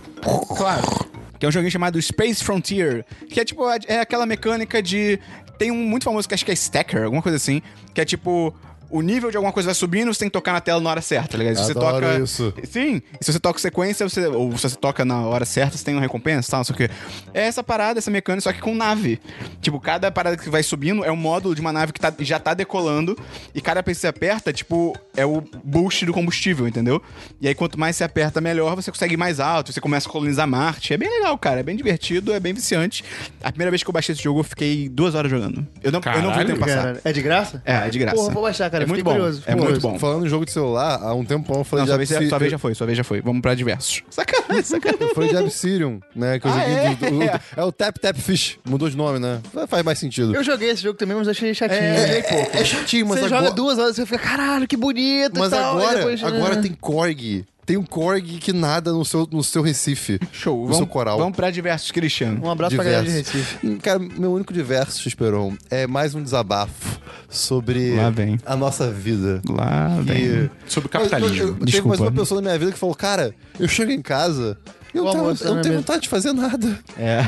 Claro. Que é um joguinho chamado Space Frontier. Que é tipo, é aquela mecânica de. Tem um muito famoso que acho que é Stacker, alguma coisa assim. Que é tipo. O nível de alguma coisa vai subindo, você tem que tocar na tela na hora certa, tá ligado? Se você Adoro toca. isso. Sim. E se você toca sequência, você. Ou se você toca na hora certa, você tem uma recompensa e tal, não sei o quê. É essa parada, essa mecânica, só que com nave. Tipo, cada parada que vai subindo é um módulo de uma nave que tá- já tá decolando. E cada vez que você aperta, tipo, é o boost do combustível, entendeu? E aí, quanto mais você aperta, melhor você consegue ir mais alto, você começa a colonizar Marte. É bem legal, cara. É bem divertido, é bem viciante. A primeira vez que eu baixei esse jogo, eu fiquei duas horas jogando. Eu não, eu não vi o Caralho, tempo passar. Cara, é de graça? É, é de graça. Porra, vou baixar, cara. É Fiquei muito bom. curioso. É fiquei muito curioso. bom. Falando em jogo de celular, há um tempão eu falei Não, de sua vez, é- Absi- sua vez já foi, sua vez já foi. Vamos pra diversos. Sacanagem, sacanagem. Eu falei de Absirium, né? Que eu Ah, joguei. é? do- do- é o Tap Tap Fish. Mudou de nome, né? Faz mais sentido. Eu joguei esse jogo também, mas achei chatinho. pouco. É chatinho, mas É, você agora. joga duas horas e você fica, caralho, que bonito e Mas tal. e agora, depois- agora tem Korg. Tem um Korg que nada no seu, no seu Recife. Show. No Vamos, seu coral. vamos pra diversos, Cristiano. Um abraço pra galera de Recife. Hum, Cara, meu único diverso, Esperon, é mais um desabafo sobre Lá vem. a nossa vida. Lá vem. Sobre Eu, eu, capitalismo. eu, teve Desculpa. mais uma pessoa na minha vida que falou, cara, eu chego em casa e eu, O não tenho- almoço tá eu não na tenho mesa." vontade de fazer nada. [LAUGHS] É.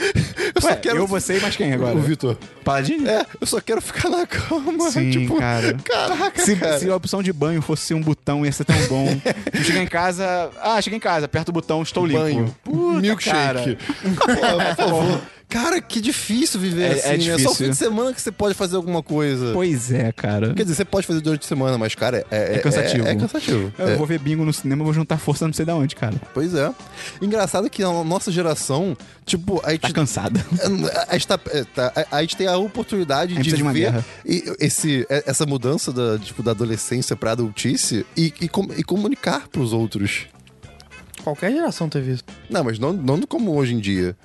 Eu Ué, só quero... eu, você e mais quem agora? O Vitor. Paladino? É, eu só quero ficar na cama. Sim, tipo, cara. Caraca, Se, cara. se a opção de banho fosse um botão, ia ser tão [LAUGHS] bom. Eu cheguei em casa. Ah, cheguei em casa, aperta o botão, estou limpo. Banho, Puta, cara. milkshake. [LAUGHS] Pô, por favor. Cara, que difícil viver É- assim, é né? Só o difícil. fim de semana que você pode fazer alguma coisa. Pois é, cara. Quer dizer, você pode fazer durante a semana, mas, cara, é, É cansativo. É, é cansativo. Eu É, vou ver bingo no cinema, vou juntar força não sei da onde, cara. pois é. Engraçado que a nossa geração, tipo, a gente. Tá cansada. a, gente tá- é, tá- a- a gente tem a oportunidade A gente de, precisa de uma ver guerra. e- esse, é- essa mudança da, tipo, da adolescência pra adultice e, e, com- e comunicar pros outros. Qualquer geração teve isso. Não, mas não, não como hoje em dia.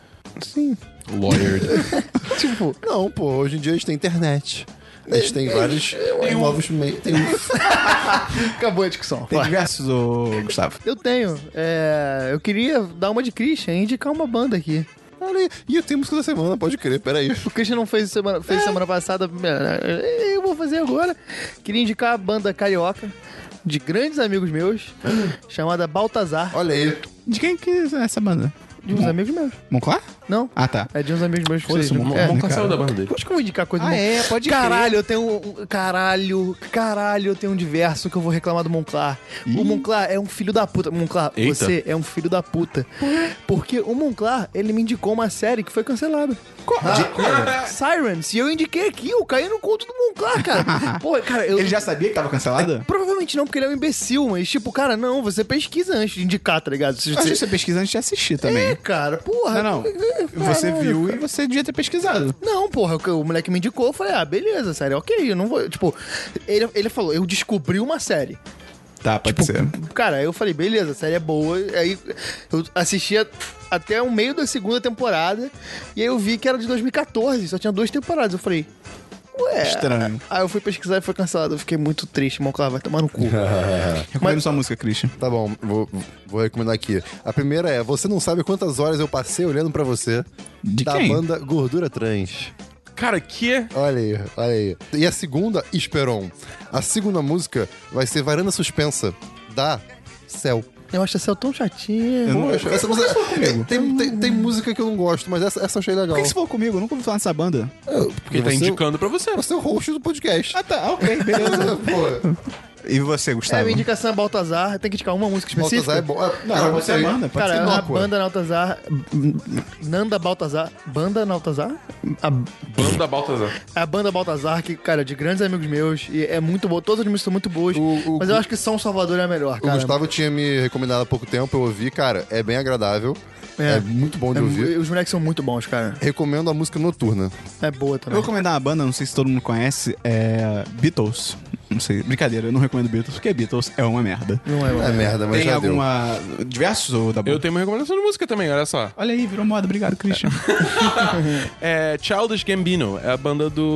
Lawyer. Tipo, não, pô, hoje em dia a gente tem internet. A gente tem vários novos meios. Tem um [LAUGHS] Acabou a discussão. [LAUGHS] Tem diversos, ô, Gustavo. Eu tenho. É, eu queria dar uma de Christian e indicar uma banda aqui. Ah, Caralho, e- e eu tenho música da semana, pode crer, peraí. O Christian não fez semana, fez semana passada. né, Eu vou fazer agora. Queria indicar a banda carioca de grandes amigos meus, chamada Baltazar, Olha aí. De quem que é essa banda? de uns amigos meus. Monclar? Não, Ah, tá. é de uns amigos meus que vocês. Foda-se, o né, é. Monca saiu da banda dele. Acho que eu vou indicar coisa do Ah, Mon- é? Pode crer. Caralho, eu tenho um- um. Caralho, caralho, eu tenho um diverso que eu vou reclamar do Monclar. O Monclar é um filho da puta. Monclar, Eita. você é um filho da puta. Porque o Monclar, ele me indicou uma série que foi cancelada. Ah, é? Sirens. E eu indiquei aqui, eu caí no conto do [LAUGHS] Monclar, cara. Pô, cara, eu. Ele já sabia que tava cancelada? Provavelmente não, porque ele é um imbecil, mas tipo, cara, não, você pesquisa antes de indicar, tá ligado? É. Se Eu acho que você... você pesquisa antes de assistir É, também. cara, porra. Não, não. Você viu e você devia ter pesquisado. Não, porra, o que- o moleque me indicou, eu falei, ah, beleza, série, ok, eu não vou. Tipo, ele, ele falou, eu descobri uma série. Tá, pode ser. Cara, eu falei, beleza, a série é boa. Aí eu assistia até o meio da segunda temporada, e aí eu vi que era de 2014, só tinha duas temporadas. Eu falei, é. ué. Estranho. Aí eu fui pesquisar e foi cancelado. Eu fiquei muito triste, irmão, claro, vai tomar no cu. Recomendo sua música, Christian. Tá bom, vou, vou recomendar aqui. A primeira é: Você não sabe quantas horas eu passei olhando pra você. De da quem? banda Gordura Trans. Cara, que... Olha aí, olha aí. E a segunda, Esperon. A segunda música vai ser Varanda Suspensa, da Cell. Eu acho essa tão É, chatinha. Poxa, essa música. Tem, tem, tem, tem música que eu não gosto, mas essa, essa eu achei Por legal. que que você falou comigo? Eu nunca ouvi falar nessa banda. Porque tá Você- indicando pra você. Você é o host do podcast. Ah, tá. Ok, beleza. [LAUGHS] Pô, e você, É, Gustavo? minha indicação é Baltazar, tem que indicar uma música específica. Baltazar é bom. Ah, Não, cara, você aí. manda, pode Cara, ser a Baltazar. banda Baltazar, Nanda Baltazar, Banda Baltazar, a, Banda Baltazar. a banda Baltazar, que, cara, é de grandes amigos meus, e é muito boa, todas as músicas são muito boas, O- o mas eu acho que São Salvador é a melhor, O cara. Gustavo tinha me recomendado há pouco tempo, eu ouvi, cara, é bem agradável. É, É. muito bom de É mu- ouvir. os moleques são muito bons, cara. Recomendo a música noturna. É boa Eu vou também. recomendar uma banda, não sei se todo mundo conhece, é Beatles. Não sei, brincadeira, eu não recomendo Beatles, porque Beatles é uma merda. Não é, É mano. merda, mas Tem já alguma... diversos ou da Eu tenho uma recomendação de música também, olha só. Olha aí, virou moda, obrigado, Christian. É Childish Gambino, é a banda do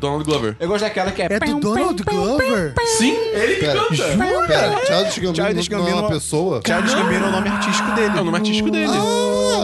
Donald Glover. Ah, Eu gosto daquela que é... É do Donald Glover? Sim, ele que canta. deu. Pera, Childish Gambino Childish não é Gambino- uma pessoa? Charles Gambino é o nome artístico dele. É o nome artístico dele.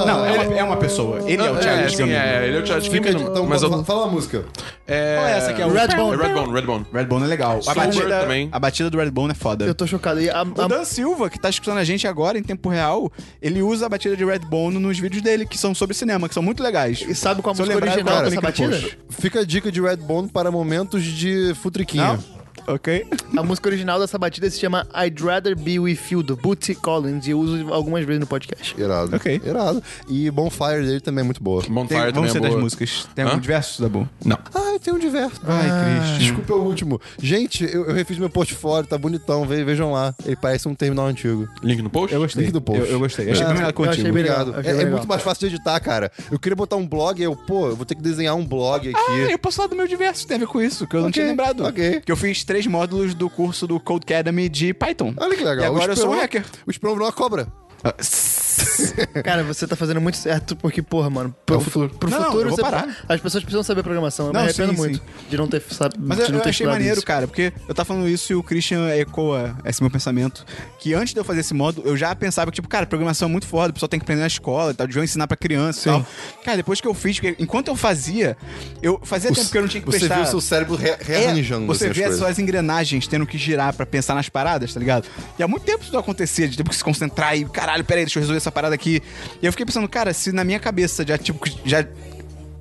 Ah, Não, é uma, é uma pessoa. Ele é o Charles sim, Gambino. Ah, é, ele é o Childish Fica- Gambino. Então, mas fala, eu, fala a música. é... Qual é essa que é o- É Redbone. Redbone, Redbone. Redbone é legal. A Silver batida, também. a batida do Redbone é foda. Eu tô chocado. E a- O a- Dan Silva, que tá escutando a gente agora em tempo real, ele usa a batida de Redbone nos vídeos dele, que são sobre cinema, que são muito legais. e sabe qual a Se eu música lembrar, eu original coloco dessa o link no batida? post. Fica a dica de Redbone para momentos de futriquinha. Não? Ok. A música original dessa batida se chama I'd Rather Be With You, do Bootsy Collins, e eu uso algumas vezes no podcast. Irado. Ok. Irado. E Bonfire dele também é muito boa. Tem, Bonfire também vamos é ser das boa. músicas. Tem Hã? algum diverso, Dabu? Não. Ah, eu tenho um diverso. Ai, Christian. Desculpa é o último. Gente, eu, eu refiz meu portfólio, tá bonitão, ve- vejam lá. Ele parece um terminal antigo. Link no post? Eu gostei. Link do post. Eu, eu gostei. Achei É, bem melhor que o eu antigo. achei bem- Obrigado. legal, achei É- é, legal. muito mais fácil de editar, cara. Eu queria botar um blog e eu, pô, eu vou ter que desenhar um blog aqui. Ah, eu posso falar do meu diverso, tem a ver com isso, que eu não Ok, tinha lembrado. ok. Que eu fiz três módulos do curso do Code Academy de Python. Ah, Olha que legal. E agora O eu sou um Esperon- hacker. O Esperon virou uma cobra. [LAUGHS] Ah, Cara, você tá fazendo muito certo, porque, porra, mano, pro, futuro, pro Não, não, futuro eu vou você- parar. as pessoas precisam saber programação. Eu Não, me arrependo sim, muito de não ter sabido. Mas eu, eu achei maneiro, cara, porque eu tava falando isso e o Christian ecoa esse meu pensamento. Que antes de eu fazer esse módulo, eu já pensava que, tipo, cara, programação é muito foda, o pessoal tem que aprender na escola e tal, deviam ensinar pra criança e tal. Cara, depois que eu fiz, porque enquanto eu fazia, eu fazia tempo que É eu não tinha que Você prestar. viu o seu cérebro re- É, rearranjando você assim, as vê coisas. só as engrenagens tendo que girar pra pensar nas paradas, tá ligado? E há muito tempo isso não acontecia, de ter que se concentrar e, caralho, peraí, deixa eu resolver essa parada aqui. E eu fiquei pensando, cara, se na minha cabeça já, tipo, já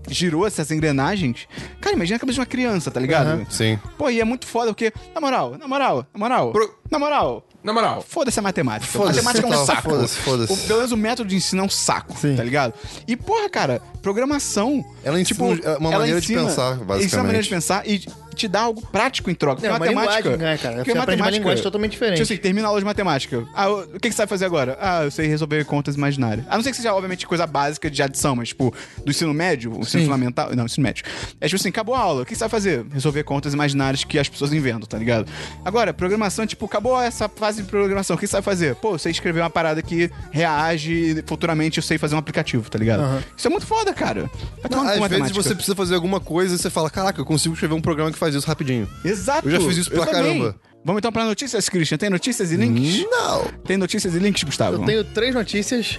girou essas engrenagens, cara, imagina a cabeça de uma criança, tá ligado? Sim. Pô, e é muito foda, porque, na moral, na moral, na moral, na moral, Na moral. foda-se a matemática. Foda-se, matemática é um total, saco. foda-se, foda-se. O- Pelo menos o método de ensino é um saco, tá ligado? E, porra, cara, programação... tipo, Ela ensina um é uma ela maneira de pensar, Ensina uma maneira de basicamente. pensar e te dá algo prático em troca. Porque É, uma matemática... linguagem, né, cara? porque Você aprende uma matemática- linguagem totalmente diferente. Tipo assim, termina a aula de matemática. Ah, o o que, que você sabe fazer agora? Ah, eu sei resolver contas imaginárias. A não ser que seja, obviamente, coisa básica de adição, mas, tipo, do ensino médio, o ensino fundamental. Não, ensino médio. É tipo assim, acabou a aula. O que, que você vai fazer? Resolver contas imaginárias que as pessoas inventam, tá ligado? Agora, programação, tipo, acabou essa fase de programação. O que, que você vai fazer? Pô, eu sei escrever uma parada que reage e futuramente eu sei fazer um aplicativo, tá ligado? Isso é muito foda, cara. Vai tomar no cu Às vezes matemática. você precisa fazer alguma coisa e você fala, caraca, eu consigo escrever um programa que faz isso rapidinho. Exato. Eu já fiz isso pra também. caramba. Vamos então pra notícias, Christian. Tem notícias e links? Não. Tem notícias e links, Gustavo? Eu tenho três notícias.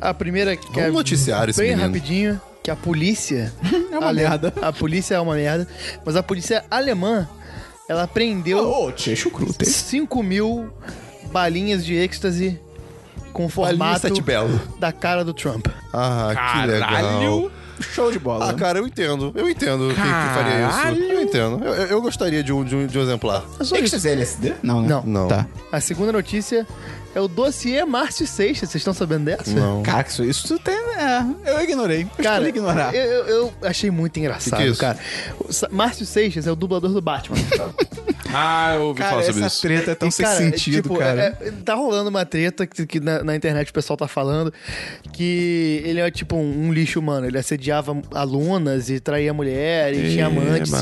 A primeira que Uhum. Vamos é noticiar esse bem menino. rapidinho, que a [LAUGHS] polícia... É uma ale- merda. A polícia é uma merda. Mas a polícia alemã, ela prendeu Ô, tia chucruta. 5 mil balinhas de êxtase com Balinha formato Sete Belo. da cara do Trump. Ah, que legal. Show de bola. Ah, cara, eu entendo. Eu entendo quem que faria isso. Eu entendo. Eu, eu- eu gostaria de um, de um- de um exemplar. só isso. Êxtase é LSD? Não, né? Não. Não. Tá. A segunda notícia é o dossiê Márcio Seixas. Vocês estão sabendo dessa? Não. Cara, isso, isso tem. É, eu ignorei. Eu Cara, escolhi ignorar. Eu, eu- eu achei muito engraçado, Que que é isso? cara. O Sa- Márcio Seixas é o dublador do [LAUGHS] Batman. Ah, eu ouvi Cara, falar sobre essa isso. treta é tão E, sem sentido, tipo, cara. é- é- tá rolando uma treta que, que na, na internet o pessoal tá falando que ele é tipo um, um lixo humano. Ele assediava alunas e traía mulher e tinha amantes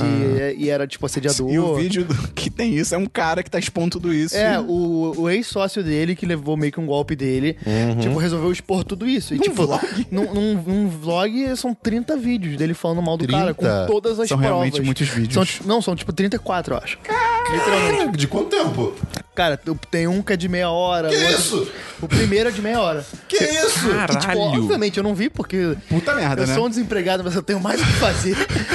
e, e era tipo assediador. E o vídeo do- que tem isso é um cara que tá expondo tudo isso. É, o, o ex-sócio dele, que levou meio que um golpe dele, tipo, resolveu expor tudo isso. E, Uhum. Num tipo, vlog? Num, num, num vlog são 30 vídeos dele falando mal do cara, com 30? todas as São provas. realmente muitos vídeos. São, tipo, não, são tipo 34, eu acho. Literalmente. De quanto tempo? Cara, tu- tem um que é de meia hora. Que o outro- isso? O primeiro é de meia hora. Que isso? Que, tipo, obviamente eu não vi, porque. Puta merda, eu né? sou um desempregado, mas eu tenho mais o que fazer. [LAUGHS]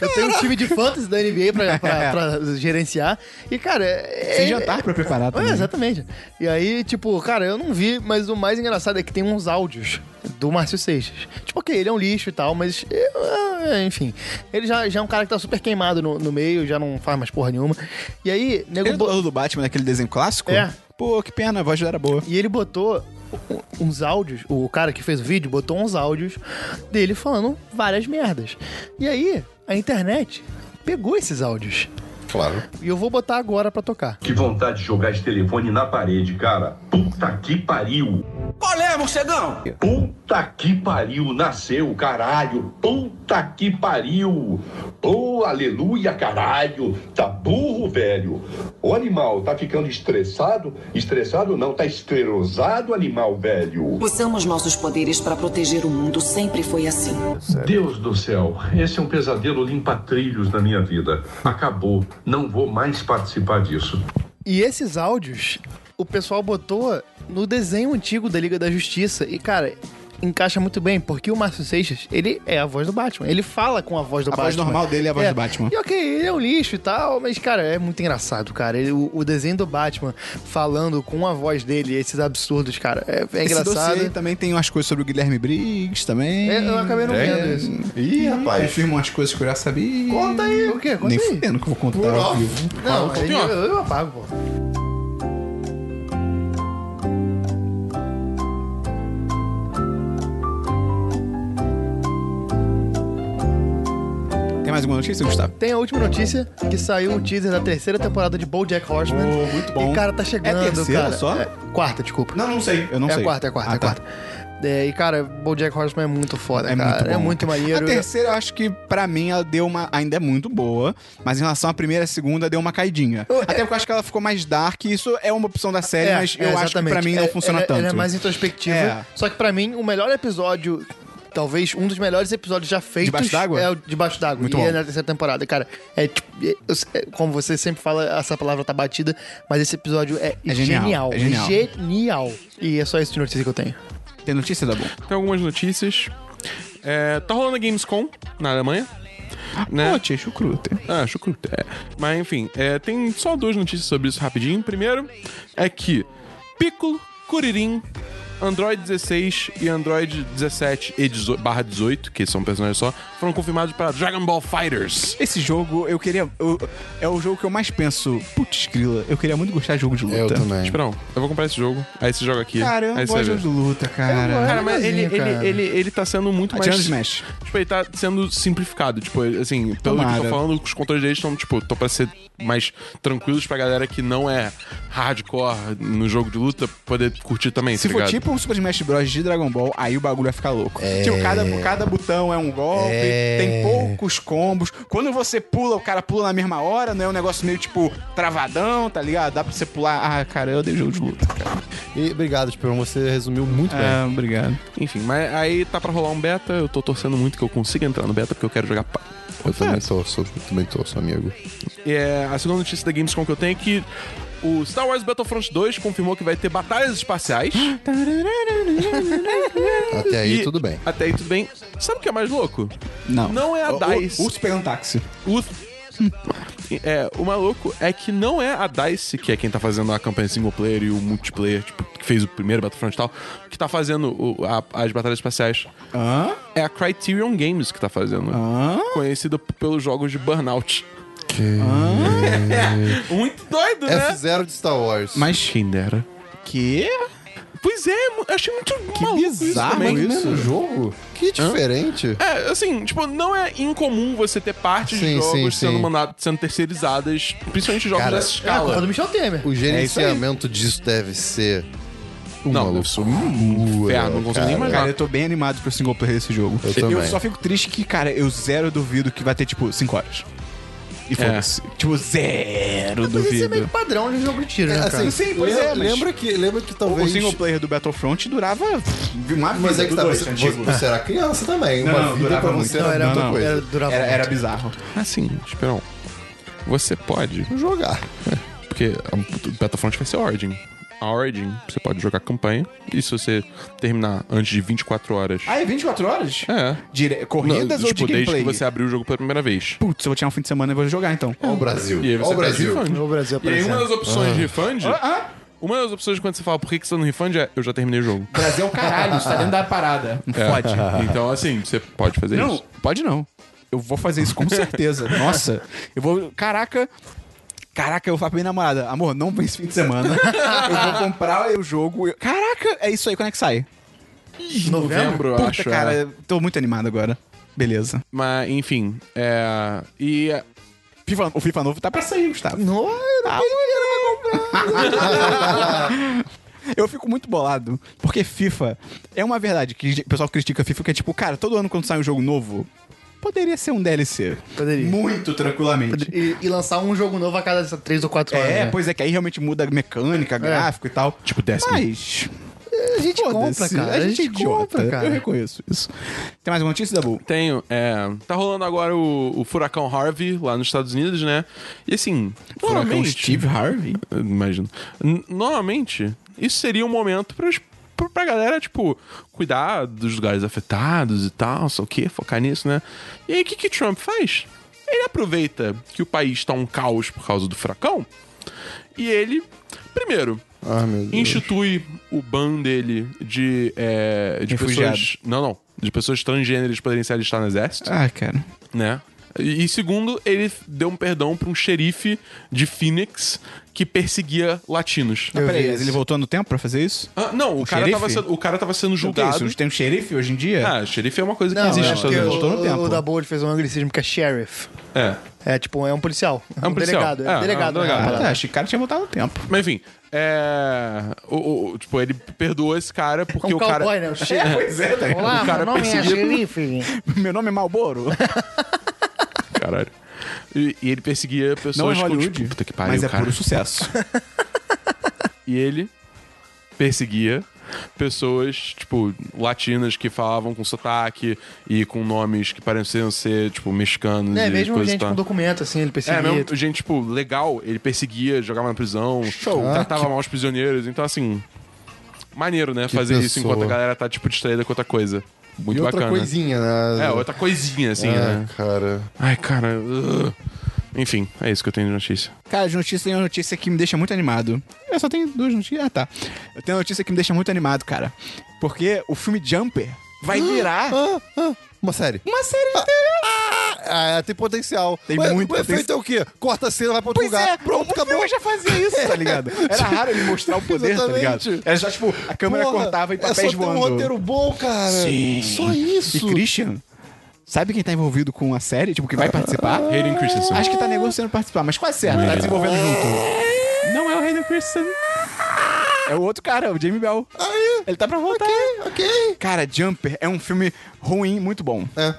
eu tenho um time de fantasy da NBA [LAUGHS] pra, pra- pra gerenciar. E, cara. É, É. Sem jantar tá pra preparar é, também. exatamente. E aí, tipo, cara, eu não vi, mas o mais engraçado é que tem uns áudios do Márcio Seixas. Tipo, ok, ele é um lixo e tal, mas. eh, eh, Enfim. Ele já, já é um cara que tá super queimado no, no meio, já não faz mais porra nenhuma. E aí, nego. Ele é o bo- dublador do Batman, daquele desenho clássico? É. Pô, que pena, a voz dele era boa. E ele botou u- uns áudios, o cara que fez o vídeo botou uns áudios dele falando várias merdas. E aí, a internet pegou esses áudios. Claro. E eu vou botar agora pra tocar. Que vontade de jogar esse telefone na parede, cara. Puta que pariu. Qual é, morcegão? Puta que pariu. Nasceu, caralho. Puta que pariu. Oh, aleluia, caralho. Tá burro, velho. O animal tá ficando estressado? Estressado não, tá esterosado, animal, velho. Usamos nossos poderes para proteger o mundo, sempre foi assim. Deus do céu, esse é um pesadelo limpa trilhos na minha vida. Acabou. Não vou mais participar disso. E esses áudios, o pessoal botou no desenho antigo da Liga da Justiça. E, cara, encaixa muito bem, porque o Márcio Seixas, ele é a voz do Batman. Ele fala com a voz do A Batman. voz normal dele é a voz do Batman. E ok, ele é um lixo e tal, mas, cara, é muito engraçado, cara. Ele- o, o desenho do Batman falando com a voz dele, esses absurdos, cara, é, é Esse engraçado. dossiê tá também tem umas coisas sobre o Guilherme Briggs também. É, eu acabei não É? vendo isso. Ih, rapaz. Confirma umas coisas que eu já sabia. Conta aí, o quê? Conta Nem aí. fudendo que eu vou contar Por ao óbvio. vivo. Não, Fala, aí eu, Copinho. eu apago, pô. Tem mais alguma notícia, Gustavo? Tem a última notícia que saiu o teaser da terceira temporada de BoJack Horseman. Oh, muito bom. E cara, tá chegando, É a terceira cara. só? É, quarta, desculpa. Não, não sei. Eu não é sei. a quarta, é a quarta, Ah, é a tá. quarta. É, e cara, BoJack Horseman é muito foda, É cara. muito bom. é muito maneiro. A terceira, eu acho que, pra mim, ela deu uma. Ainda é muito boa, mas em relação à primeira e à segunda, deu uma caidinha. Até porque eu acho que ela ficou mais dark, e isso é uma opção da série, É, mas é, eu acho que pra exatamente. mim não É, funciona ela- tanto. Ela é mais introspectiva. É. Só que pra mim, o melhor episódio. Talvez um dos melhores episódios já feitos. Debaixo d'água? É o Debaixo d'água. Muito e bom. é na terceira temporada, cara. É tipo. é- eu- é- como você sempre fala, essa palavra tá batida, mas esse episódio é, É genial, genial. é genial. Genial. E é só isso de notícia que eu tenho. Tem notícia da bom. Tem algumas notícias. É, tá rolando a Gamescom na Alemanha. Né? Pô, tia chucrute. Ah, chucrute. É. Mas enfim, é, tem só duas notícias sobre isso rapidinho. Primeiro é que Piccolo, Kuririn, Android 16 e Android 17 e 18 barra 18, que são personagens só, foram confirmados para Dragon Ball Fighters. Esse jogo, eu queria. eu- é o jogo que eu mais penso. Putz, grila, eu queria muito gostar de jogo de luta. Eu também. Esperão, Tipo, eu vou comprar esse jogo. Aí você joga aqui. Cara, eu não aí gosto de você jogo vê. de luta, cara. Cara, mas ele, legalzinho, ele, cara. ele, ele tá sendo muito Atirando mais. Smash. Tipo, ele tá sendo simplificado. Tipo, assim, pelo que eu Tomara. tô falando, os controles deles estão, tipo, tô pra ser mais tranquilos pra galera que não é hardcore no jogo de luta poder curtir também, Se tá for ligado? tipo um Super Smash Bros. de Dragon Ball, aí o bagulho vai ficar louco. Tipo, cada, cada botão é um golpe, tem poucos combos. Quando você pula, o cara pula na mesma hora, não é um negócio meio tipo travadão, tá ligado? Dá pra você pular. Ah, cara, eu odeio jogo de luta. cara. E obrigado, Esperão. Você resumiu muito É. bem. Ah, obrigado. Enfim, mas aí tá pra rolar um beta. Eu tô torcendo muito que eu consiga entrar no beta porque eu quero jogar pa- Eu também tô, sou, também tô, sou amigo. É, a segunda notícia da Gamescom que eu tenho é que o Star Wars Battlefront 2 confirmou que vai ter batalhas [GASPS] espaciais. Até aí, E- É, tudo bem. Até aí tudo bem. Sabe o que é mais louco? Não. Não é a O- DICE. O, urso pegando táxi. O... [LAUGHS] É, o maluco é que não é a DICE, que é quem tá fazendo a campanha single player e o multiplayer, tipo, que fez o primeiro Battlefront e tal, que tá fazendo o- a- as batalhas espaciais. Hã? É a Criterion Games que tá fazendo. Conhecida p- pelos jogos de Burnout. [LAUGHS] Muito doido, né? F0 É de Star Wars. Mas Quem dera. que? Pois é, mu- eu achei muito maluco isso bizarro também. né? isso. mesmo jogo? Que diferente. É, assim, tipo, não é incomum você ter partes de Sim, jogos sim, sendo, sim. mandado, sendo terceirizadas, principalmente jogos Cara, dessa É a escala. culpa do Michel Temer. O gerenciamento disso deve ser. Não, Uma deve ser um loucura, inferno, não consigo nem cara. imaginar. Cara, eu tô bem animado pro single player desse jogo. Eu também. só fico triste que, cara, eu zero duvido que vai ter, tipo, 5 horas. É. E foda-se. Tipo, zero Mas isso é meio duvido. padrão de jogo de tiro, né, cara? Assim, Sim, pois lem- é, mas- lembra que Lembra que O talvez. single player do Battlefront durava pff, uma vida Mas é que do tá, dois, você, antigo. você era criança também. Não, uma não, vida durava pra muito. você Não, era era- outra não, coisa. Era, durava Era, era muito. bizarro. Assim, Esperão, você pode né? Jogar. Porque a- o Battlefront vai ser Origin. A Origin, você pode jogar campanha. E se você terminar antes de 24 horas. Ah, é 24 horas? É. Dire... Corridas Não, ou tipo, de desde gameplay? que você abriu o jogo pela primeira vez. Putz, eu vou tirar um fim de semana e vou jogar então. Ó o Brasil. E aí Ó você o pede Brasil. Ah. refund. Ó o Brasil e aí uma aparecendo. das opções de refund. Uma das opções quando você fala por que, que você não refund é eu já terminei o jogo. Brasil é o caralho, isso tá dentro da parada. Não pode. [LAUGHS] Então, assim, você pode fazer Não, isso. pode não. Eu vou fazer isso com [LAUGHS] certeza. Nossa, eu vou. Caraca. Caraca, eu falo pra minha namorada, amor, não vem esse fim de semana. eu vou comprar o jogo. Eu- Caraca, é isso aí, quando é que sai? Novembro, eu Puta, acho. é. cara, tô muito animado agora. Beleza. Mas, enfim. É... E. é, FIFA- o FIFA novo tá pra sair, Gustavo. Ah, Não, eu não tenho dinheiro pra comprar. [LAUGHS] Eu fico muito bolado, porque FIFA é uma verdade que o pessoal critica FIFA, que é tipo, cara, todo ano quando sai um jogo novo, poderia ser um DLC. Poderia. Muito tranquilamente. E, e lançar um jogo novo a cada 3 ou 4 horas. É, né? pois é, que aí realmente muda a É. mecânica, gráfico e tal. Tipo Destiny. Mas... a gente compra, Foda-se, é cara. A gente, é compra, cara. Eu reconheço isso. Tem mais uma notícia, Dabu? Tenho. É, tá rolando agora o, o furacão Harvey lá nos Estados Unidos, né? E assim, normalmente... Harvey? Eu Imagino. N- Normalmente, isso seria um momento pra, pra, pra galera, tipo, cuidar dos lugares afetados e tal, sei o quê, focar nisso, né? E aí, o que, que Trump faz? Ele aproveita que o país tá um caos por causa do furacão e ele, primeiro, Ah, meu Deus. institui o ban dele de, é, de Refugiado. pessoas... Não, não. De pessoas transgêneras poderem se alistar no exército Ah, cara. né? E e segundo, ele f- deu um perdão pra um xerife de Phoenix que perseguia latinos. Mas peraí, mas ele voltou no tempo pra fazer isso? Ah, não, o, cara xerife? tava sendo, o cara tava sendo O que é isso? julgado. A gente tem um xerife hoje em dia? Ah, xerife é uma coisa que Não, existe é nos Estados porque eu- Unidos. Voltou no o, tempo. o da Bold fez um anglicismo que é sheriff. É. É tipo, é um policial. É um policial. delegado. É, É, um delegado. é um delegado. né, a Ah, tá. palavra. Achei que o cara tinha voltado no tempo. Mas enfim, é. O, o- tipo, ele perdoou esse cara porque É um o cara. cowboy, né? O [LAUGHS] chefe. Pois é, tá ligado? Olá, meu nome perseguido. é xerife. Meu nome é Malboro. Caralho. E, e ele perseguia pessoas Não é com, Hollywood, tipo, puta que pariu, mas é cara. puro [LAUGHS] sucesso. E ele perseguia pessoas, tipo, latinas que falavam com sotaque e com nomes que pareciam ser, tipo, mexicanos. É, e mesmo coisa e gente tal. com documento, assim, ele perseguia. É, [LAUGHS] mesmo gente, tipo, legal, ele perseguia, jogava na prisão, Ah, tratava mal os prisioneiros, então assim. Maneiro, né? fazer isso pessoa. enquanto a galera tá, tipo, distraída com outra coisa. Muito E outra bacana. coisinha, né? É, outra coisinha, assim, né? Ah, cara. Ai, cara. ugh. Enfim, é isso que eu tenho de notícia. Cara, de notícia tem uma notícia que me deixa muito animado. Eu só tenho duas notícias. Ah, tá. Eu tenho uma notícia que me deixa muito animado, cara. Porque o filme Jumper [GASPS] vai virar Ah, ah, uma série. uma série de Ah, ah, tem potencial. Tem Mas muito O efeito é o quê? Corta a cena, vai pra outro Pois lugar. é, Pronto, o acabou. filme já fazia isso, [LAUGHS] tá ligado? Era raro ele mostrar o poder, tá Exatamente. ligado? Era só, tipo, a câmera Porra, cortava e é só papéis ter voando. um roteiro bom, cara. Sim. Só isso. E Christian, sabe quem tá envolvido com a série? Tipo, que vai [LAUGHS] participar? Hayden Christensen. Acho que tá negociando participar, mas quase certo, tá desenvolvendo junto. Não é o Hayden Christensen. É o outro cara, o Jamie Bell. Aí, Ele tá pra voltar. ok. Cara, Jumper é um filme ruim, muito bom. É.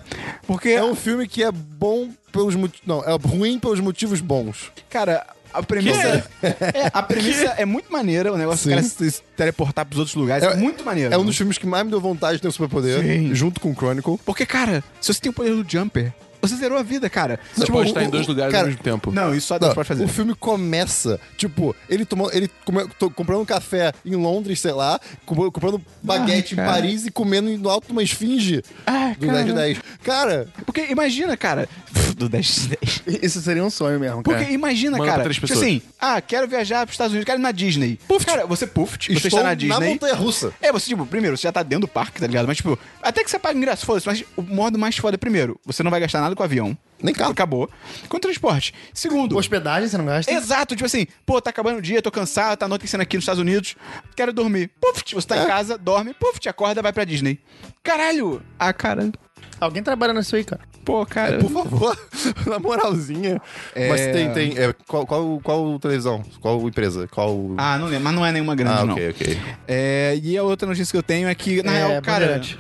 Porque, é um filme que é bom pelos motivos... Não, é ruim pelos motivos bons. cara, a premissa. É, a premissa é muito maneira, o negócio do Sim. cara se se teleportar pros outros lugares. É, muito maneiro. É um dos filmes que mais me deu vontade de ter um superpoder. Sim. Junto com o Chronicle. Porque, cara, se você tem o poder do Jumper, Você zerou a vida, cara. Você Tipo, o- pode estar em o- dois lugares cara, ao mesmo tempo. Não, isso só Deus Não, pode fazer. O filme começa, tipo, ele tomou, ele come- to- comprando um café em Londres, sei lá, com- comprando baguete em Ah, cara. Paris e comendo no alto de uma esfinge Ah, do cara. 10 de 10. Cara, Porque imagina, cara. [LAUGHS] Do 10 de 10. Isso seria um sonho mesmo, cara. Porque imagina, Manda cara. pra três Tipo pessoas. assim, ah, quero viajar pros Estados Unidos, quero ir na Disney. Cara, você puft, Tipo, você estou está na Disney. montanha russa. É, você, tipo, primeiro, você já tá dentro do parque, tá ligado? Mas, tipo, até que você paga ingresso, foda-se, mas o modo mais foda, é, primeiro, você não vai gastar nada com avião. Nem carro. Acabou. Com transporte. Segundo. Hospedagem você não gasta? Exato, tipo assim, pô, tá acabando o dia, tô cansado, tá anoitecendo aqui nos Estados Unidos, quero dormir. Puf, você tá em casa, dorme, puf, te acorda, vai pra Disney. Caralho! Ah, cara. Alguém trabalha nisso aí, cara. Pô, cara. É Por favor, [LAUGHS] na moralzinha. Mas tem, tem. é, qual, qual, qual televisão? Qual empresa? Qual. Ah, não lembro, mas não é nenhuma grande, Ah, não. ok, ok. É, e a outra notícia que eu tenho é que, na É, real, cara. Bandeirante.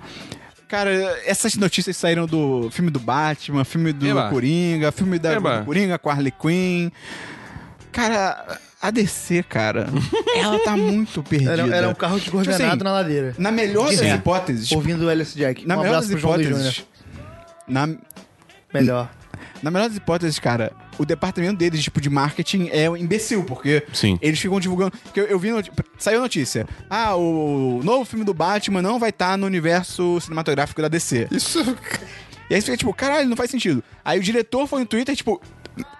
Cara, essas notícias saíram do filme do Batman, filme do Eba. Coringa, filme da Eba. do Coringa com a Harley Quinn. Cara, a DC, [LAUGHS] cara, ela tá muito perdida. Era, era um carro desgovernado Tipo assim, na ladeira. Na melhor das É. hipóteses. Ouvindo o Alice Jack. Na um melhor abraço das pro João do hipóteses. Júnior. Na, Melhor. na melhor das hipóteses, cara, o departamento deles, tipo, de marketing é um imbecil, porque Sim. eles ficam divulgando. Porque eu, eu vi. noti- Saiu a notícia. Ah, o novo filme do Batman não vai estar no universo cinematográfico da DC. Isso. E aí você fica tipo, caralho, não faz sentido. Aí o diretor foi no Twitter, tipo,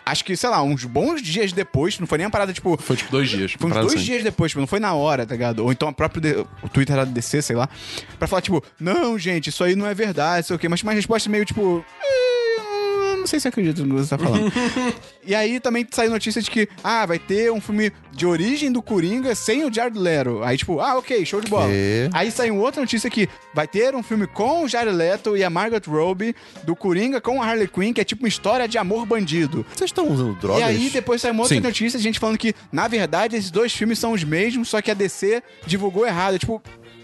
acho que, sei lá, uns bons dias depois, não foi nem uma parada, tipo. Foi tipo dois dias. Foi uns parada dois assim. dias depois, tipo, não foi na hora, tá ligado? Ou então o próprio de- o Twitter da DC, sei lá, pra falar, tipo, não, gente, isso aí não é verdade, sei o quê, mas tinha uma resposta meio tipo. "Eh, Não sei se eu acredito no que você tá falando. e aí também saiu notícia de que, ah, vai ter um filme de origem do Coringa sem o Jared Leto. Aí, tipo, ah, ok, show de bola. Quê? Aí saiu outra notícia que vai ter um filme com o Jared Leto e a Margaret Robbie do Coringa com a Harley Quinn, que é tipo uma história de amor bandido. Vocês estão usando drogas? E aí depois saiu uma outra Sim. notícia, gente falando que, na verdade, esses dois filmes são os mesmos, só que a DC divulgou errado. É Tipo,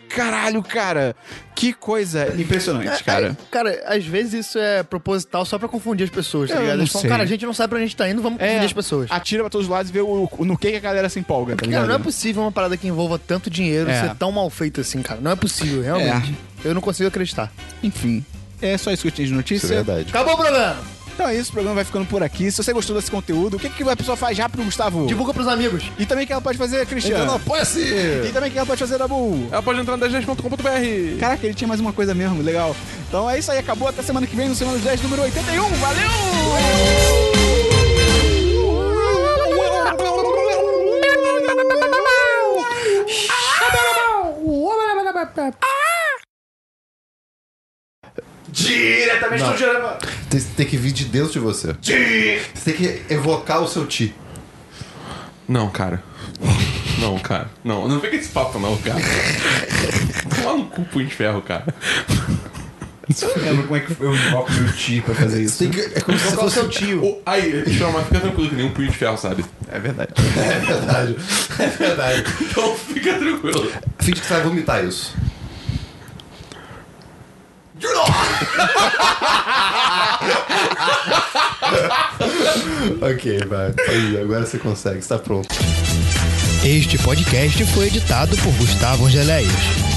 caralho, cara. Que coisa impressionante, cara. É, cara, às vezes isso é proposital só pra confundir as pessoas, tá Eu ligado? não Eles falam, sei. cara, a gente não sabe pra onde a gente tá indo, vamos confundir as pessoas. É, Atira pra todos os lados e vê o, o- no que, que a galera se empolga, tá ligado? Cara, não é possível uma parada que envolva tanto dinheiro É. ser tão mal feita assim, cara. Não é possível, realmente. Eu não consigo acreditar. Enfim. É só isso que eu tinha de notícia. Isso é verdade. Acabou o programa! Então é isso, o programa vai ficando por aqui. Se você gostou desse conteúdo, o que, que a pessoa faz rápido, Gustavo? Divulga pros amigos. E também o que ela pode fazer, Então não Cristiano? apoia-se! E também o que ela pode fazer, Dabu? Ela pode entrar no 1010.com.br. Caraca, ele tinha mais uma coisa mesmo, legal. Então é isso aí, acabou. Até semana que vem no Semana dos 10, número 81. Valeu! Diretamente Não. do Gerama. Tem, tem que vir de dentro de você. Você tem que evocar o seu ti. Não, cara. Não, cara. Não, não fica esse papo, não, cara. Toma no cu, punho de ferro, cara. Lembra como é que eu invoco meu ti pra fazer isso? Tem que, é como se fosse o tio. O- aí, Chama, mas fica tranquilo que nenhum punho de ferro sabe. É verdade. É verdade. É verdade. Então fica tranquilo. Finge que você vai vomitar [LAUGHS] isso. ok, vai. Aí, agora você consegue, está pronto. Este podcast foi editado por Gustavo Angeléias.